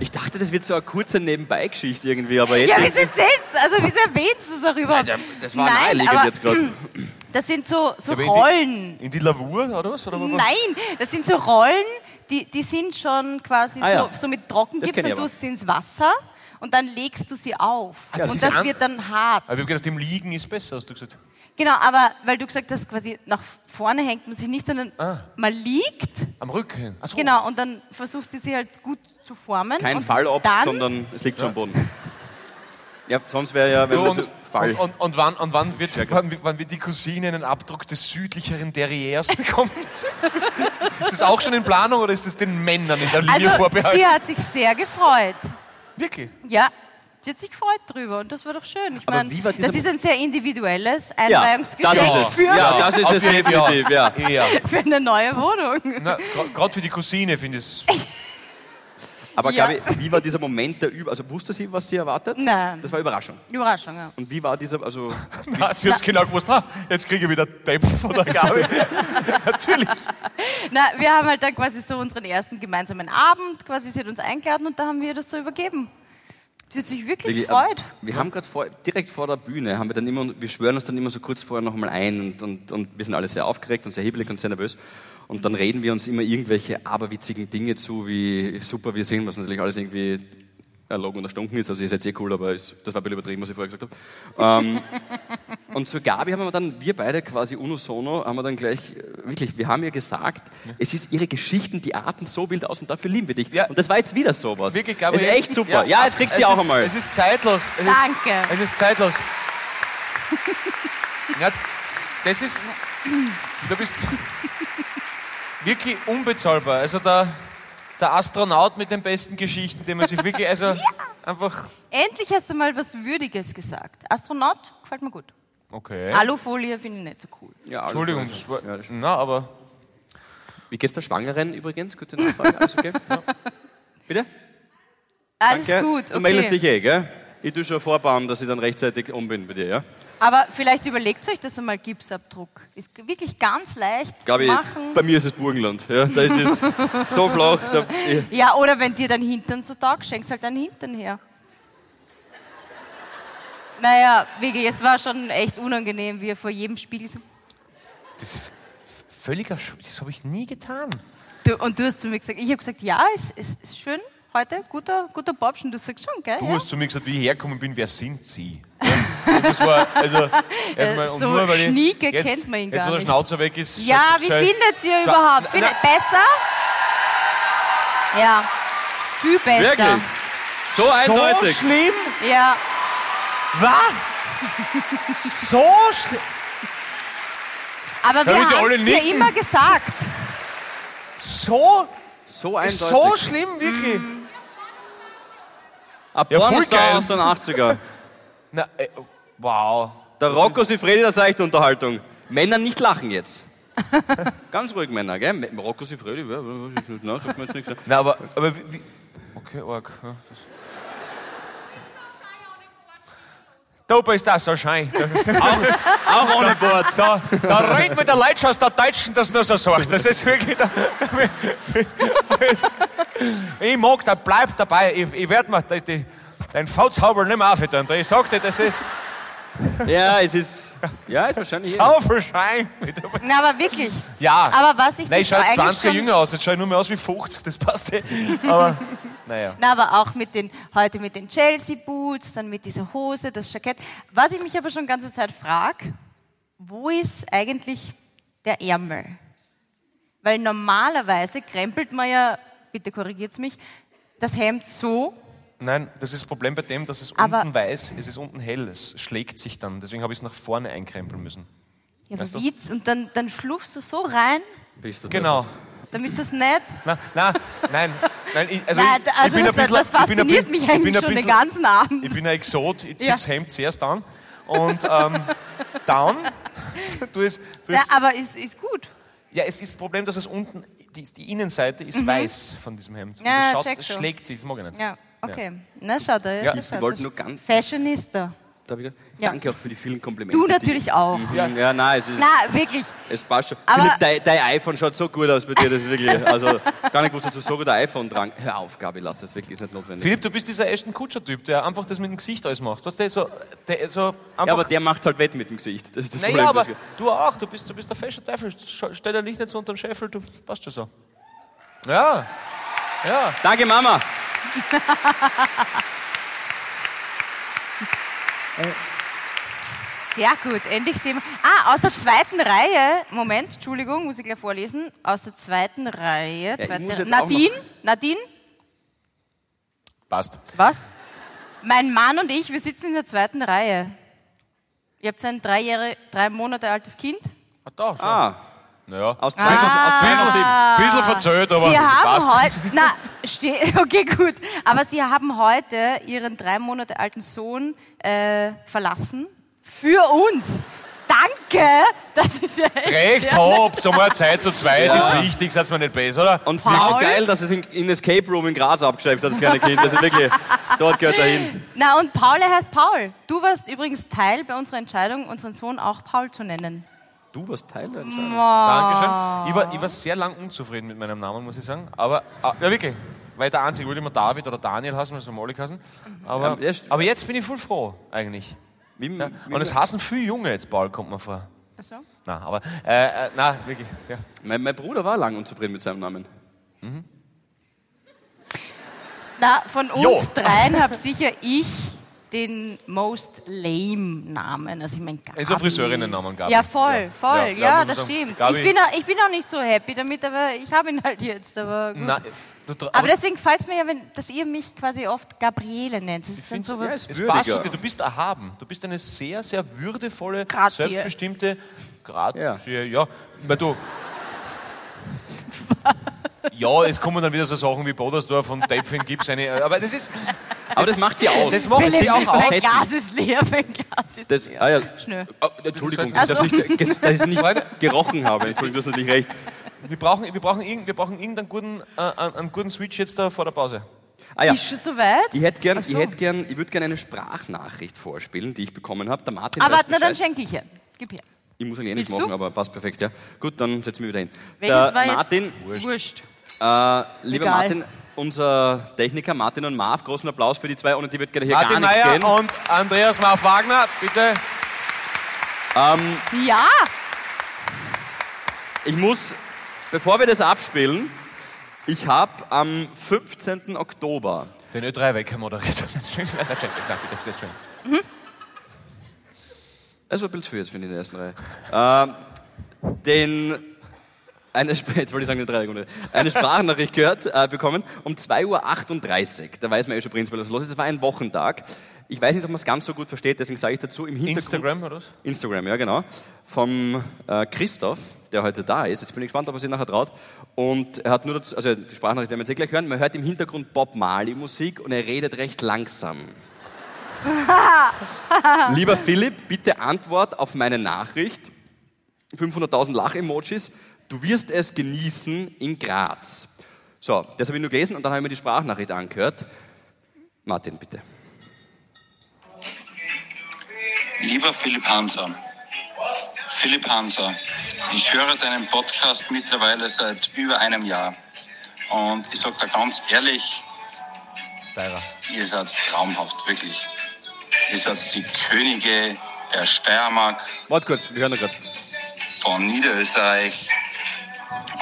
C: Ich dachte, das wird so eine kurze Nebenbei-Geschichte irgendwie, aber jetzt...
B: Ja, wieso selbst? Also, wieso erwähnst du es auch überhaupt?
C: Nein, das war
B: Nein,
C: naheliegend
B: aber
C: jetzt gerade.
B: Das sind so, so
D: Aber in die-
B: Rollen.
D: In die Lavur, oder was? Oder was?
B: Nein, das sind so Rollen, die, die sind schon quasi
C: Ah, ja.
B: so, so mit
C: Das
B: Trockengips
C: kenn ich
B: und
C: aber. Ah,
B: tust sie ins Wasser und dann legst du sie auf.
D: das
B: und
D: ist
B: das
D: an-
B: wird dann hart.
D: Aber ich habe gedacht, im Liegen ist besser, hast du gesagt.
B: Genau, aber weil du gesagt hast, quasi nach vorne hängt man sich nicht, sondern
C: Ah.
B: man liegt,
D: Am Rücken. Ach so.
B: genau, und dann versuchst du sie halt gut zu formen.
C: Kein
B: und
C: Fallobst,
B: dann,
C: sondern es liegt schon am Boden. Ja, sonst wäre ja, wenn
D: Du,
C: man
D: Und,
C: so Fall.
D: und, und, und, wann, und wann, wird, wann, wird- wann wird die Cousine einen Abdruck des südlicheren Derrières bekommen? ist, das, ist das auch schon in Planung oder ist das den Männern in der Linie
B: Also,
D: vorbehalten?
B: sie hat sich sehr gefreut.
D: Wirklich?
B: Ja, sie hat sich gefreut drüber und das war doch schön. Ich
C: Aber
B: meine,
C: wie war
B: das
C: dieser-
B: ist ein sehr individuelles
C: ja,
B: Einweihungsgeschenk
C: das ist es.
B: für,
C: Ja, das ist
D: Auf
C: es
D: jeden Fall.
C: definitiv, ja.
D: Ja.
B: für eine neue Wohnung.
D: Gerade für die Cousine finde ich es.
C: Aber
B: Ja.
C: Gabi, wie war dieser Moment der Über... Also wusste sie, was sie erwartet?
B: Nein.
C: Das war Überraschung.
B: Überraschung, ja.
C: Und wie war dieser... Also,
D: Na, sie hat es genau gewusst. Ha, jetzt kriege ich wieder Dämpf von der Gabi. Natürlich.
B: Na, wir haben halt dann quasi so unseren ersten gemeinsamen Abend, quasi sie hat uns eingeladen und da haben wir ihr das so übergeben. Sie hat sich wirklich
C: Wirklich,
B: gefreut.
C: ähm, Wir haben gerade vor, direkt vor der Bühne, haben wir, dann immer, wir schwören uns dann immer so kurz vorher nochmal ein und, und, und wir sind alle sehr aufgeregt und sehr hibbelig und sehr nervös. Und dann reden wir uns immer irgendwelche aberwitzigen Dinge zu, wie super wir sind, was natürlich alles irgendwie erlogen und erstunken ist. Also ihr seid eh cool, aber ist, das war ein bisschen übertrieben, was ich vorher gesagt habe. Ähm, und zur Gabi haben wir dann, wir beide quasi unosono, haben wir dann gleich, äh, wirklich, wir haben ihr gesagt, es ist ihre Geschichten, die arten so wild aus und dafür lieben wir dich.
D: Ja.
C: Und das war jetzt wieder sowas.
D: Wirklich,
C: Gabi. Ist echt super. Ja, jetzt kriegt sie
D: es
C: auch
D: ist,
C: einmal.
D: Es ist zeitlos. Es
B: Danke.
D: Ist, es ist zeitlos. ja, das ist. Du bist wirklich unbezahlbar. Also der, der Astronaut mit den besten Geschichten, den man sich wirklich. Also einfach.
B: Endlich hast du mal was Würdiges gesagt. Astronaut gefällt mir gut.
D: Okay.
B: Alufolie finde ich nicht so cool.
C: Ja, alles
D: Entschuldigung.
C: klar.
D: Das war,
C: Ja, das stimmt.
D: na, aber.
C: Wie geht's der Schwangeren übrigens? Gute Nachfrage, alles okay? Ja. Bitte?
B: Alles
C: Danke.
B: gut,
C: Du meldest
B: okay.
C: dich eh, gell? Ich tue schon vorbauen, dass ich dann rechtzeitig um bin bei dir, ja?
B: Aber vielleicht überlegt euch das einmal, Gipsabdruck. Ist wirklich ganz leicht
C: Gabi,
B: zu machen.
C: bei mir ist es Burgenland. Ja? Da ist es so flach. Da, ich,
B: Ja, oder wenn dir dein Hintern so taugt, schenkst halt deinen Hintern her. Naja, wirklich, es war schon echt unangenehm, wie er vor jedem Spiegel so...
D: Das ist v- völliger. Sch das habe ich nie getan.
B: Du, und du hast zu mir gesagt, ich habe gesagt, ja, es ist, ist schön heute, guter, guter Bobschen. Du sagst schon, gell?
D: Du
B: ja.
D: hast zu mir gesagt, wie ich hergekommen bin, wer sind Sie? Ja, und das war, also, erstmal, und
B: so
D: nur, weil ich-
B: schnieke
D: jetzt,
B: kennt man ihn
D: Jetzt,
B: gar
D: wo der
B: nicht.
D: Schnauzer weg ist.
B: ja,
D: schaut's-
B: wie
D: schau-
B: findet ihr
D: zwar-
B: überhaupt?
D: Na,
B: Findet, besser? Ja, viel besser.
C: wirklich? So eindeutig.
D: So schlimm?
B: Ja,
D: Was? So schlimm?
B: aber wir
D: Damit ihr alle
B: haben dir
D: nicken.
B: immer gesagt.
D: So,
C: So eindeutig.
D: so schlimm, wirklich?
C: Ein
D: Ja, voll geil.
C: Pornostar aus den 80er.
D: Na, äh, wow.
C: Der Rocco Sifredi der Seichtunterhaltung. Männer nicht lachen jetzt. Ganz ruhig, Männer, gell? Rocco Sifredi, ja, na, sagt mir jetzt nichts.
D: Na, aber, aber wie, wie, Okay, arg. ja. Da oben ist das wahrscheinlich.
C: Auch ohne Bord.
D: Da, da rennt mir der Leitsch aus der Deutschen das nur so sagt. Das ist wirklich. Der, ich mag, da bleib dabei. Ich, ich werde mir die, die, dein Fauzhaubel nicht mehr aufhören. Ich sag dir, das ist
C: Ja, es ist. Ja, ist wahrscheinlich. eh.
D: Sauferschein.
B: Na, aber wirklich.
D: Ja.
B: Aber was ich
D: Nein,
B: nicht
D: ich schaue jetzt
B: eigentlich
D: 20 Jahre
B: schon-
D: jünger aus. Jetzt schaue ich nur mehr aus wie 50. Das passt eh. Aber, naja.
B: Na, aber auch mit den, heute mit den Chelsea Boots, dann mit dieser Hose, das Jackett. Was ich mich aber schon ganze Zeit frage, wo ist eigentlich der Ärmel? Weil normalerweise krempelt man ja, bitte korrigiert's mich, das Hemd so.
D: Nein, das ist das Problem bei dem, dass es
B: Aber-
D: unten weiß, es ist unten hell. Es schlägt sich dann. Deswegen habe ich es nach vorne einkrempeln müssen.
B: Ja,
D: Weißt
B: aber
D: du?
B: Witz, und dann, dann schlupfst du so rein,
C: Bist du da?
D: Genau.
B: damit du es nicht.
D: Na, na, nein, nein, ich, also,
B: Nein,
D: ich, ich
B: also
D: bin
B: das,
D: ein bisschen,
B: das
D: ich bin ein
B: fasziniert
D: bisschen-
B: mich
D: ich
B: eigentlich
D: bin ein
B: schon den
D: bisschen-
B: ganzen Abend.
D: Ich bin ein Exot, ich zieh
B: Ja.
D: das Hemd zuerst an und ähm, dann, du es, du
B: Ja,
D: es,
B: aber ist, ist gut.
D: ja, es ist das Problem, dass es unten, die, die Innenseite ist weiß von diesem Hemd. Und
B: Mhm. Ja,
D: es schaut,
B: check
D: es
B: schon.
D: schlägt sich, das mag ich nicht.
B: Ja, okay. Na, schau da.
D: Ja,
B: schau,
C: ich wollte nur ganz-
B: Fashionista.
C: Da hab ich gesagt,
B: Ja.
C: Danke auch für die vielen Komplimente.
B: Du
C: die-
B: natürlich auch.
C: Ja, ja nein, es, ist,
B: Na, wirklich.
C: es passt schon.
B: Aber-
C: Philipp, dein, dein iPhone schaut so gut aus bei dir, das ist wirklich. Also, gar nicht gewusst, dass du so gut ein iPhone dran. Hör auf, Gabi, lass das wirklich, ist nicht notwendig.
D: Philipp, du bist dieser Ashton Kutscher-Typ, der einfach das mit dem Gesicht alles macht. Weißt du, so, der, so einfach,
C: Ja, aber der macht halt wett mit dem Gesicht. Das ist das
D: naja, aber
C: Problem.
D: du auch, du bist, du bist der fesche Teufel. Sch- Stell dir nicht so unter den Scheffel, du passt schon so. Ja, ja.
C: Danke, Mama.
B: Sehr gut, endlich sehen wir. Ah, aus der zweiten Reihe, Moment, Entschuldigung, muss ich gleich vorlesen. Aus der zweiten Reihe,
C: ich
B: zweite
C: muss jetzt auch
B: Nadine, Nadine,
D: Passt.
B: was? Mein Mann und ich, wir sitzen in der zweiten Reihe. Ihr habt ein dreijährig, drei Monate altes Kind.
D: Ah, da, schon.
C: Ah,
D: Naja.
C: aus 2007.
B: Ah,
D: Bisschen verzögert, aber
B: Sie haben
D: passt.
B: heute, na, ste- okay, gut, aber Sie haben heute Ihren drei Monate alten Sohn äh, verlassen für uns. Danke, das ist ja echt.
D: Recht habt, einmal Zeit zu zweit ist wichtig, seid mir nicht besser, oder?
C: Und sicher
B: Paul?
C: geil, dass es in, in Escape Room in Graz abgeschleppt hat, das kleine Kind. Das ist wirklich, dort gehört er hin.
B: Na und Paul, er heißt Paul. Du warst übrigens Teil bei unserer Entscheidung, unseren Sohn auch Paul zu nennen.
C: Du warst Teil der Entscheidung.
B: Ah.
D: Dankeschön. Ich war, ich war sehr lang unzufrieden mit meinem Namen, muss ich sagen. Aber, ah, ja wirklich, weil der einzige wollte immer David oder Daniel heißen, also Molly heißen. Aber,
C: Ähm, erst-
D: aber jetzt bin ich voll froh, eigentlich.
C: Wie,
D: Ja.
C: wie,
D: Und es hassen viele Junge jetzt bald, kommt mir vor.
B: Also?
D: Na, aber, äh, äh, na, wirklich, ja.
C: mein, mein Bruder war lang unzufrieden mit seinem Namen.
B: Na, von uns
D: Jo.
B: dreien habe sicher ich den most lame Namen. Also ich mein, Gabi.
D: Ist eine Friseurinnen-Namen, Gabi.
B: Ja, voll, voll. Ja, das
D: Gabi, muss ich sagen.
B: stimmt.
D: Gabi,
B: Ich bin, auch, ich bin auch nicht so happy damit, aber ich habe ihn halt jetzt. Aber, gut.
D: na, du, tra-
B: aber deswegen gefällt es mir ja, wenn, dass ihr mich quasi oft Gabriele nennt. Das ist dann
D: find's-
B: sowas.
D: ja, es
C: ist
D: es passt
C: würdiger.
D: zu dir. Du bist erhaben. Du bist eine sehr, sehr würdevolle,
B: Grazie.
D: selbstbestimmte Grazie. Ja. Weil du. ja, es kommen dann wieder so Sachen wie Bodersdorf und Däpfchen gibt's eine. Aber das ist.
C: Aber das macht sie aus.
D: Das macht
B: Philipp,
D: sie auch aus.
B: mein Glas ist leer, mein Glas ist
C: Das,
B: leer.
C: ah ja.
B: Schnell.
C: Oh, Entschuldigung, dass
B: Das
C: ich
B: heißt-
C: das nicht, ges- dass ich es
D: Freunde.
C: nicht gerochen habe. Entschuldigung, du hast natürlich recht.
D: Wir brauchen, wir brauchen, irgend- wir brauchen irgendeinen guten, äh, einen, einen guten Switch jetzt da vor der Pause.
C: Ah ja,
B: Ist schon soweit?
C: ich hätte gern,
B: Ach
C: ich
B: so.
C: hätte gern, ich würde gerne eine Sprachnachricht vorspielen, die ich bekommen habe. Der Martin
B: Aber
C: weiß
B: Ah, na, dann
C: Bescheid.
B: schenke ich ihr. Gib her.
C: Ich muss eigentlich eh nicht
B: Willst
C: machen,
B: du?
C: aber passt perfekt, ja. Gut, dann setzen wir wieder hin.
B: Welches
C: der
B: war
C: Martin,
B: jetzt? Wurscht. Wurscht.
C: äh, lieber
B: Egal.
C: Martin, unser Techniker Martin und Marv, großen Applaus für die zwei, ohne die wird gerade hier gar
D: Martin
C: nichts
D: Mayer
C: gehen.
D: und Andreas Marf Wagner, bitte.
B: Ja,
C: Ich muss, bevor wir das abspielen, ich habe am 15. Oktober
D: Den Ö3 weg, Moderator. Entschuldigung, nein, Entschuldigung, nein, bitte, Entschuldigung.
C: Es war Bild für jetzt, finde ich, in der ersten Reihe. ähm, den, eine, Sp- jetzt wollte ich sagen, eine, Dreierrunde. eine Sprachnachricht gehört, äh, bekommen, um 2.38 Uhr. Da weiß man eh schon prinzipiell, was los ist. Es war ein Wochentag. Ich weiß nicht, ob man es ganz so gut versteht, deswegen sage ich dazu im Hintergrund.
D: Instagram oder was?
C: Instagram, ja, genau. Vom äh, Christoph, der heute da ist. Jetzt bin ich gespannt, ob er sich nachher traut. Und er hat nur dazu, also die Sprachnachricht werden wir jetzt eh gleich hören. Man hört im Hintergrund Bob Marley Musik und er redet recht langsam. Lieber Philipp, bitte Antwort auf meine Nachricht. 500.000 Lach-Emojis. Du wirst es genießen in Graz. So, das habe ich nur gelesen und dann habe ich mir die Sprachnachricht angehört. Martin, bitte.
F: Lieber Philipp Hanser, Philipp Hanser, ich höre deinen Podcast mittlerweile seit über einem Jahr. Und ich sage da ganz ehrlich,
D: Deiner.
F: ihr seid traumhaft, wirklich. Ihr seid die Könige der Steiermark,
C: Warte kurz, wir hören noch gerade.
F: von Niederösterreich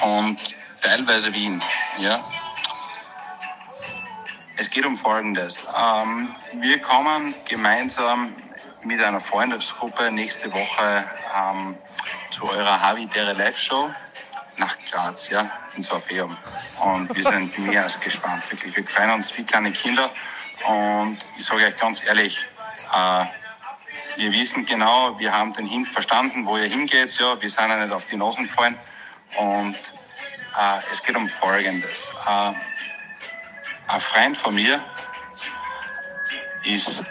F: und teilweise Wien. Ja? Es geht um Folgendes. Ähm, wir kommen gemeinsam mit einer Freundesgruppe nächste Woche ähm, zu eurer Havidere Live-Show nach Graz, ja, ins Orpheum. Und wir sind mehr als gespannt, wirklich. Wir freuen uns wie kleine Kinder. Und ich sage euch ganz ehrlich, äh, wir wissen genau, wir haben den Hint verstanden, wo ihr hingeht. Ja, wir sind ja nicht auf die Nosen gefallen. Und äh, es geht um Folgendes. Äh, ein Freund von mir ist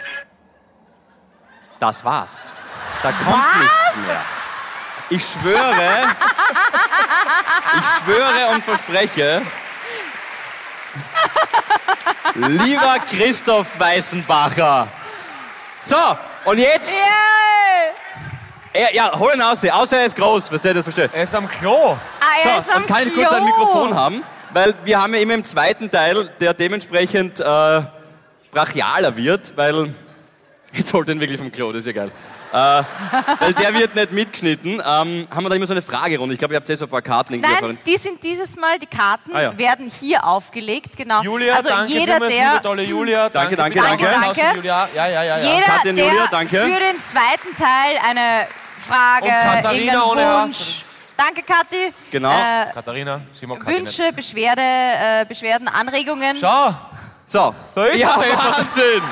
C: Das war's. Da kommt nichts mehr. Ich schwöre, ich schwöre und verspreche, lieber Christoph Weißenbacher. So, und jetzt, er, ja, hol ihn aus, außer er ist groß, was der das versteht.
D: Er ist am Klo.
B: ah, er ist
C: So,
B: am
C: und kann ich
B: Klo.
C: kurz ein Mikrofon haben, weil wir haben ja immer im zweiten Teil, der dementsprechend äh, brachialer wird, weil jetzt holt er ihn wirklich vom Klo, das ist ja geil. Äh, weil der wird nicht mitgeschnitten. Ähm, haben wir da immer so eine Fragerunde? Ich glaube, ihr habt eh so ein paar Karten irgendwie
B: Nein,
C: erfahren.
B: die sind dieses Mal, die Karten
C: Ah, ja.
B: werden hier aufgelegt, genau.
D: Julia,
B: also
D: danke
B: jeder,
D: vielmals,
B: der,
D: liebe tolle Julia.
C: Danke, danke,
D: bitte.
C: danke.
D: Applaus für
B: Danke.
D: Julia. Ja, ja, ja, ja.
B: jeder
C: Katrin,
B: der
C: Julia, danke.
B: für den zweiten Teil eine Frage,
D: Und Katharina
B: irgendeinen
D: ohne Haar.
B: Wunsch. Danke, Kathi.
C: Genau.
B: Äh,
D: Katharina, Simon Katharina.
B: Wünsche, Beschwerde, äh, Beschwerden, Anregungen.
D: Schau,
C: So,
D: da ist
C: ja,
D: er.
C: Wahnsinn!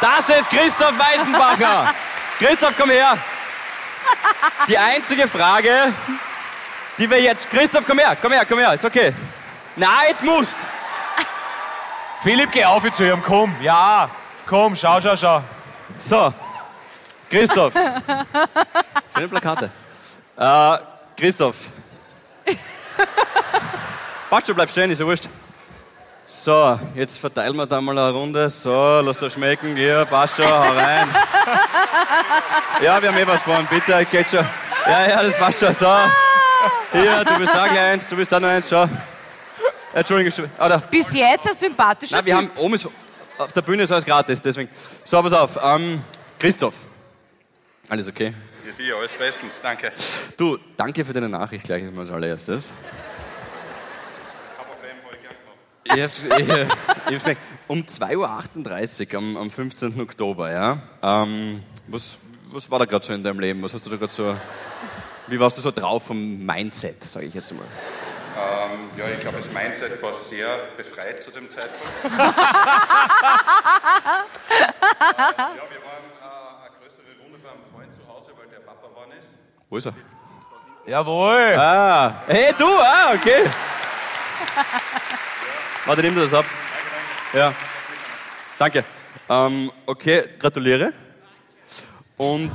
C: Das ist Christoph Weißenbacher. Christoph, komm her. Die einzige Frage, die wir jetzt. Christoph, komm her, komm her, komm her, ist okay. Na, jetzt musst.
D: Philipp, geh auf jetzt zu ihm, komm. Ja, komm, schau, schau, schau.
C: So, Christoph. Schöne Plakate. Äh, Christoph. Passt schon, bleib stehen, ist ja wurscht. So, jetzt verteilen wir da mal eine Runde. So, lass das schmecken. Ja, passt schon, hau rein. Ja, wir haben eh was vorhin, bitte, geht schon. Ja, ja, das passt schon. So, hier, du bist da gleich eins, du bist da noch eins, schau. Entschuldigung, oder?
B: Bis jetzt ein sympathischer
C: Nein, wir
B: Typ.
C: haben oben ist, auf der Bühne ist alles gratis, deswegen. So, pass auf. Ähm, Christoph. Alles okay?
G: Ihr seht alles bestens, danke. Kein
C: Du, danke für deine Nachricht gleich mal als allererstes.
G: Problem, habe ich gern gemacht.
C: Ich hab's, ich, ich hab's gemerkt. um 2.38 Uhr am, am 15. Oktober, ja. Ähm, was, was war da gerade so in deinem Leben? Was hast du da gerade so. Wie warst du so drauf vom Mindset, sage ich jetzt mal?
G: Ähm, ja, ich glaube, das Mindset war sehr befreit zu dem Zeitpunkt. äh, ja, wir waren äh, eine größere Runde beim Freund zu Hause, weil der Papa geworden ist.
C: Wo ist er?
D: Jawohl.
C: Ah, hey du, ah, okay. Warte, nimm dir das ab. Ja. Danke. Ähm, okay, gratuliere. Und.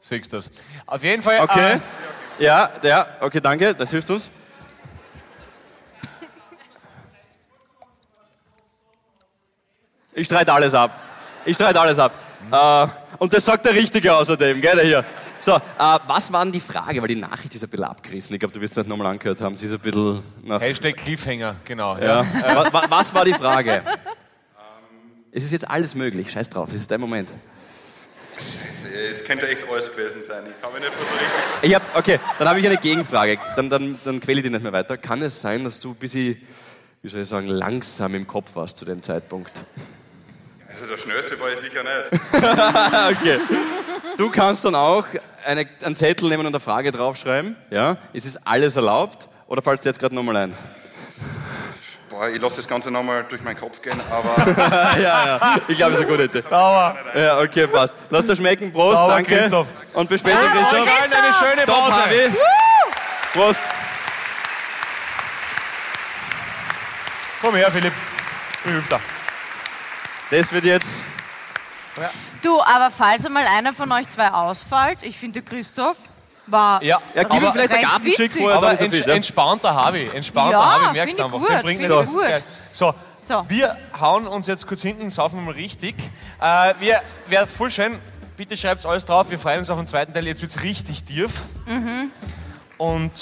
D: Siehst du das? Auf jeden Fall.
C: Okay.
D: Äh,
C: Ja, ja, okay, danke, das hilft uns. Ich streite alles ab. Ich streite alles ab. Äh, und das sagt der Richtige außerdem, gell, der hier. So, äh, was war denn die Frage? Weil die Nachricht ist ein bisschen abgerissen. Ich glaube, du wirst es nicht nochmal angehört haben. Sie ist ein bisschen nach
D: Hashtag Cliffhanger, genau.
C: Ja. Äh, Wa- wa- Was war die Frage? Es ist jetzt alles möglich, scheiß drauf, es ist dein Moment.
G: äh, Es könnte echt alles gewesen sein. Ich kann mich nicht mehr so richtig.
C: Ich hab, okay, dann habe ich eine Gegenfrage, dann, dann, dann quäle ich dich nicht mehr weiter. Kann es sein, dass du ein bisschen, wie soll ich sagen, langsam im Kopf warst zu dem Zeitpunkt?
G: Also, der Schnellste war ich sicher nicht.
C: Okay. Du kannst dann auch eine, einen Zettel nehmen und eine Frage draufschreiben, ja? Ist es alles erlaubt oder fällt es jetzt gerade nochmal ein?
G: Boah, ich lasse das Ganze nochmal durch meinen Kopf gehen,
C: ja,
G: aber
C: ja, ich glaube, es ist eine gute Idee.
D: Sauber.
C: Ja, okay, passt. Lass dir schmecken, Prost,
D: Sauber,
C: danke.
D: Christoph.
C: Und bis später, Christoph.
D: Allen eine schöne
C: Top,
D: Pause.
C: Harvey. Prost.
D: Komm her, Philipp. Ich hilf dir.
C: Das wird jetzt.
B: Du, aber falls einmal einer von euch zwei ausfällt, ich finde Christoph war.
D: Ja,
C: Ja, gib ihm
D: aber,
C: vielleicht einen
B: recht
C: Gartencheck
B: witzig.
C: vorher, dann
D: aber
C: ist er
D: ents
C: fit. Ja?
D: entspannter Harvey. Entspannter
B: Ja,
D: Harvey, merkst
B: find ich
D: du einfach.
B: gut,
D: Den bringt
B: find
D: nicht,
B: ich
D: das ist
B: gut.
D: geil. So,
B: So.
D: wir hauen uns jetzt kurz hinten, saufen mal richtig. Äh, wir, wäre voll schön, bitte schreibt alles drauf. Wir freuen uns auf den zweiten Teil. Jetzt wird's richtig tief. Und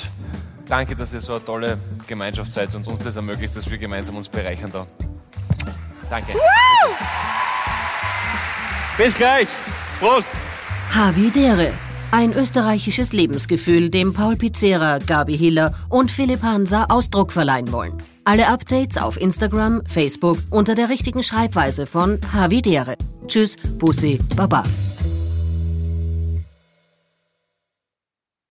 D: danke, dass ihr so eine tolle Gemeinschaft seid und uns das ermöglicht, dass wir gemeinsam uns bereichern da. Danke.
C: Bis gleich. Prost.
A: Havidere. Ein österreichisches Lebensgefühl, dem Paul Pizzera, Gabi Hiller und Philipp Hansa Ausdruck verleihen wollen. Alle Updates auf Instagram, Facebook unter der richtigen Schreibweise von Havidere. Tschüss, Bussi, Baba.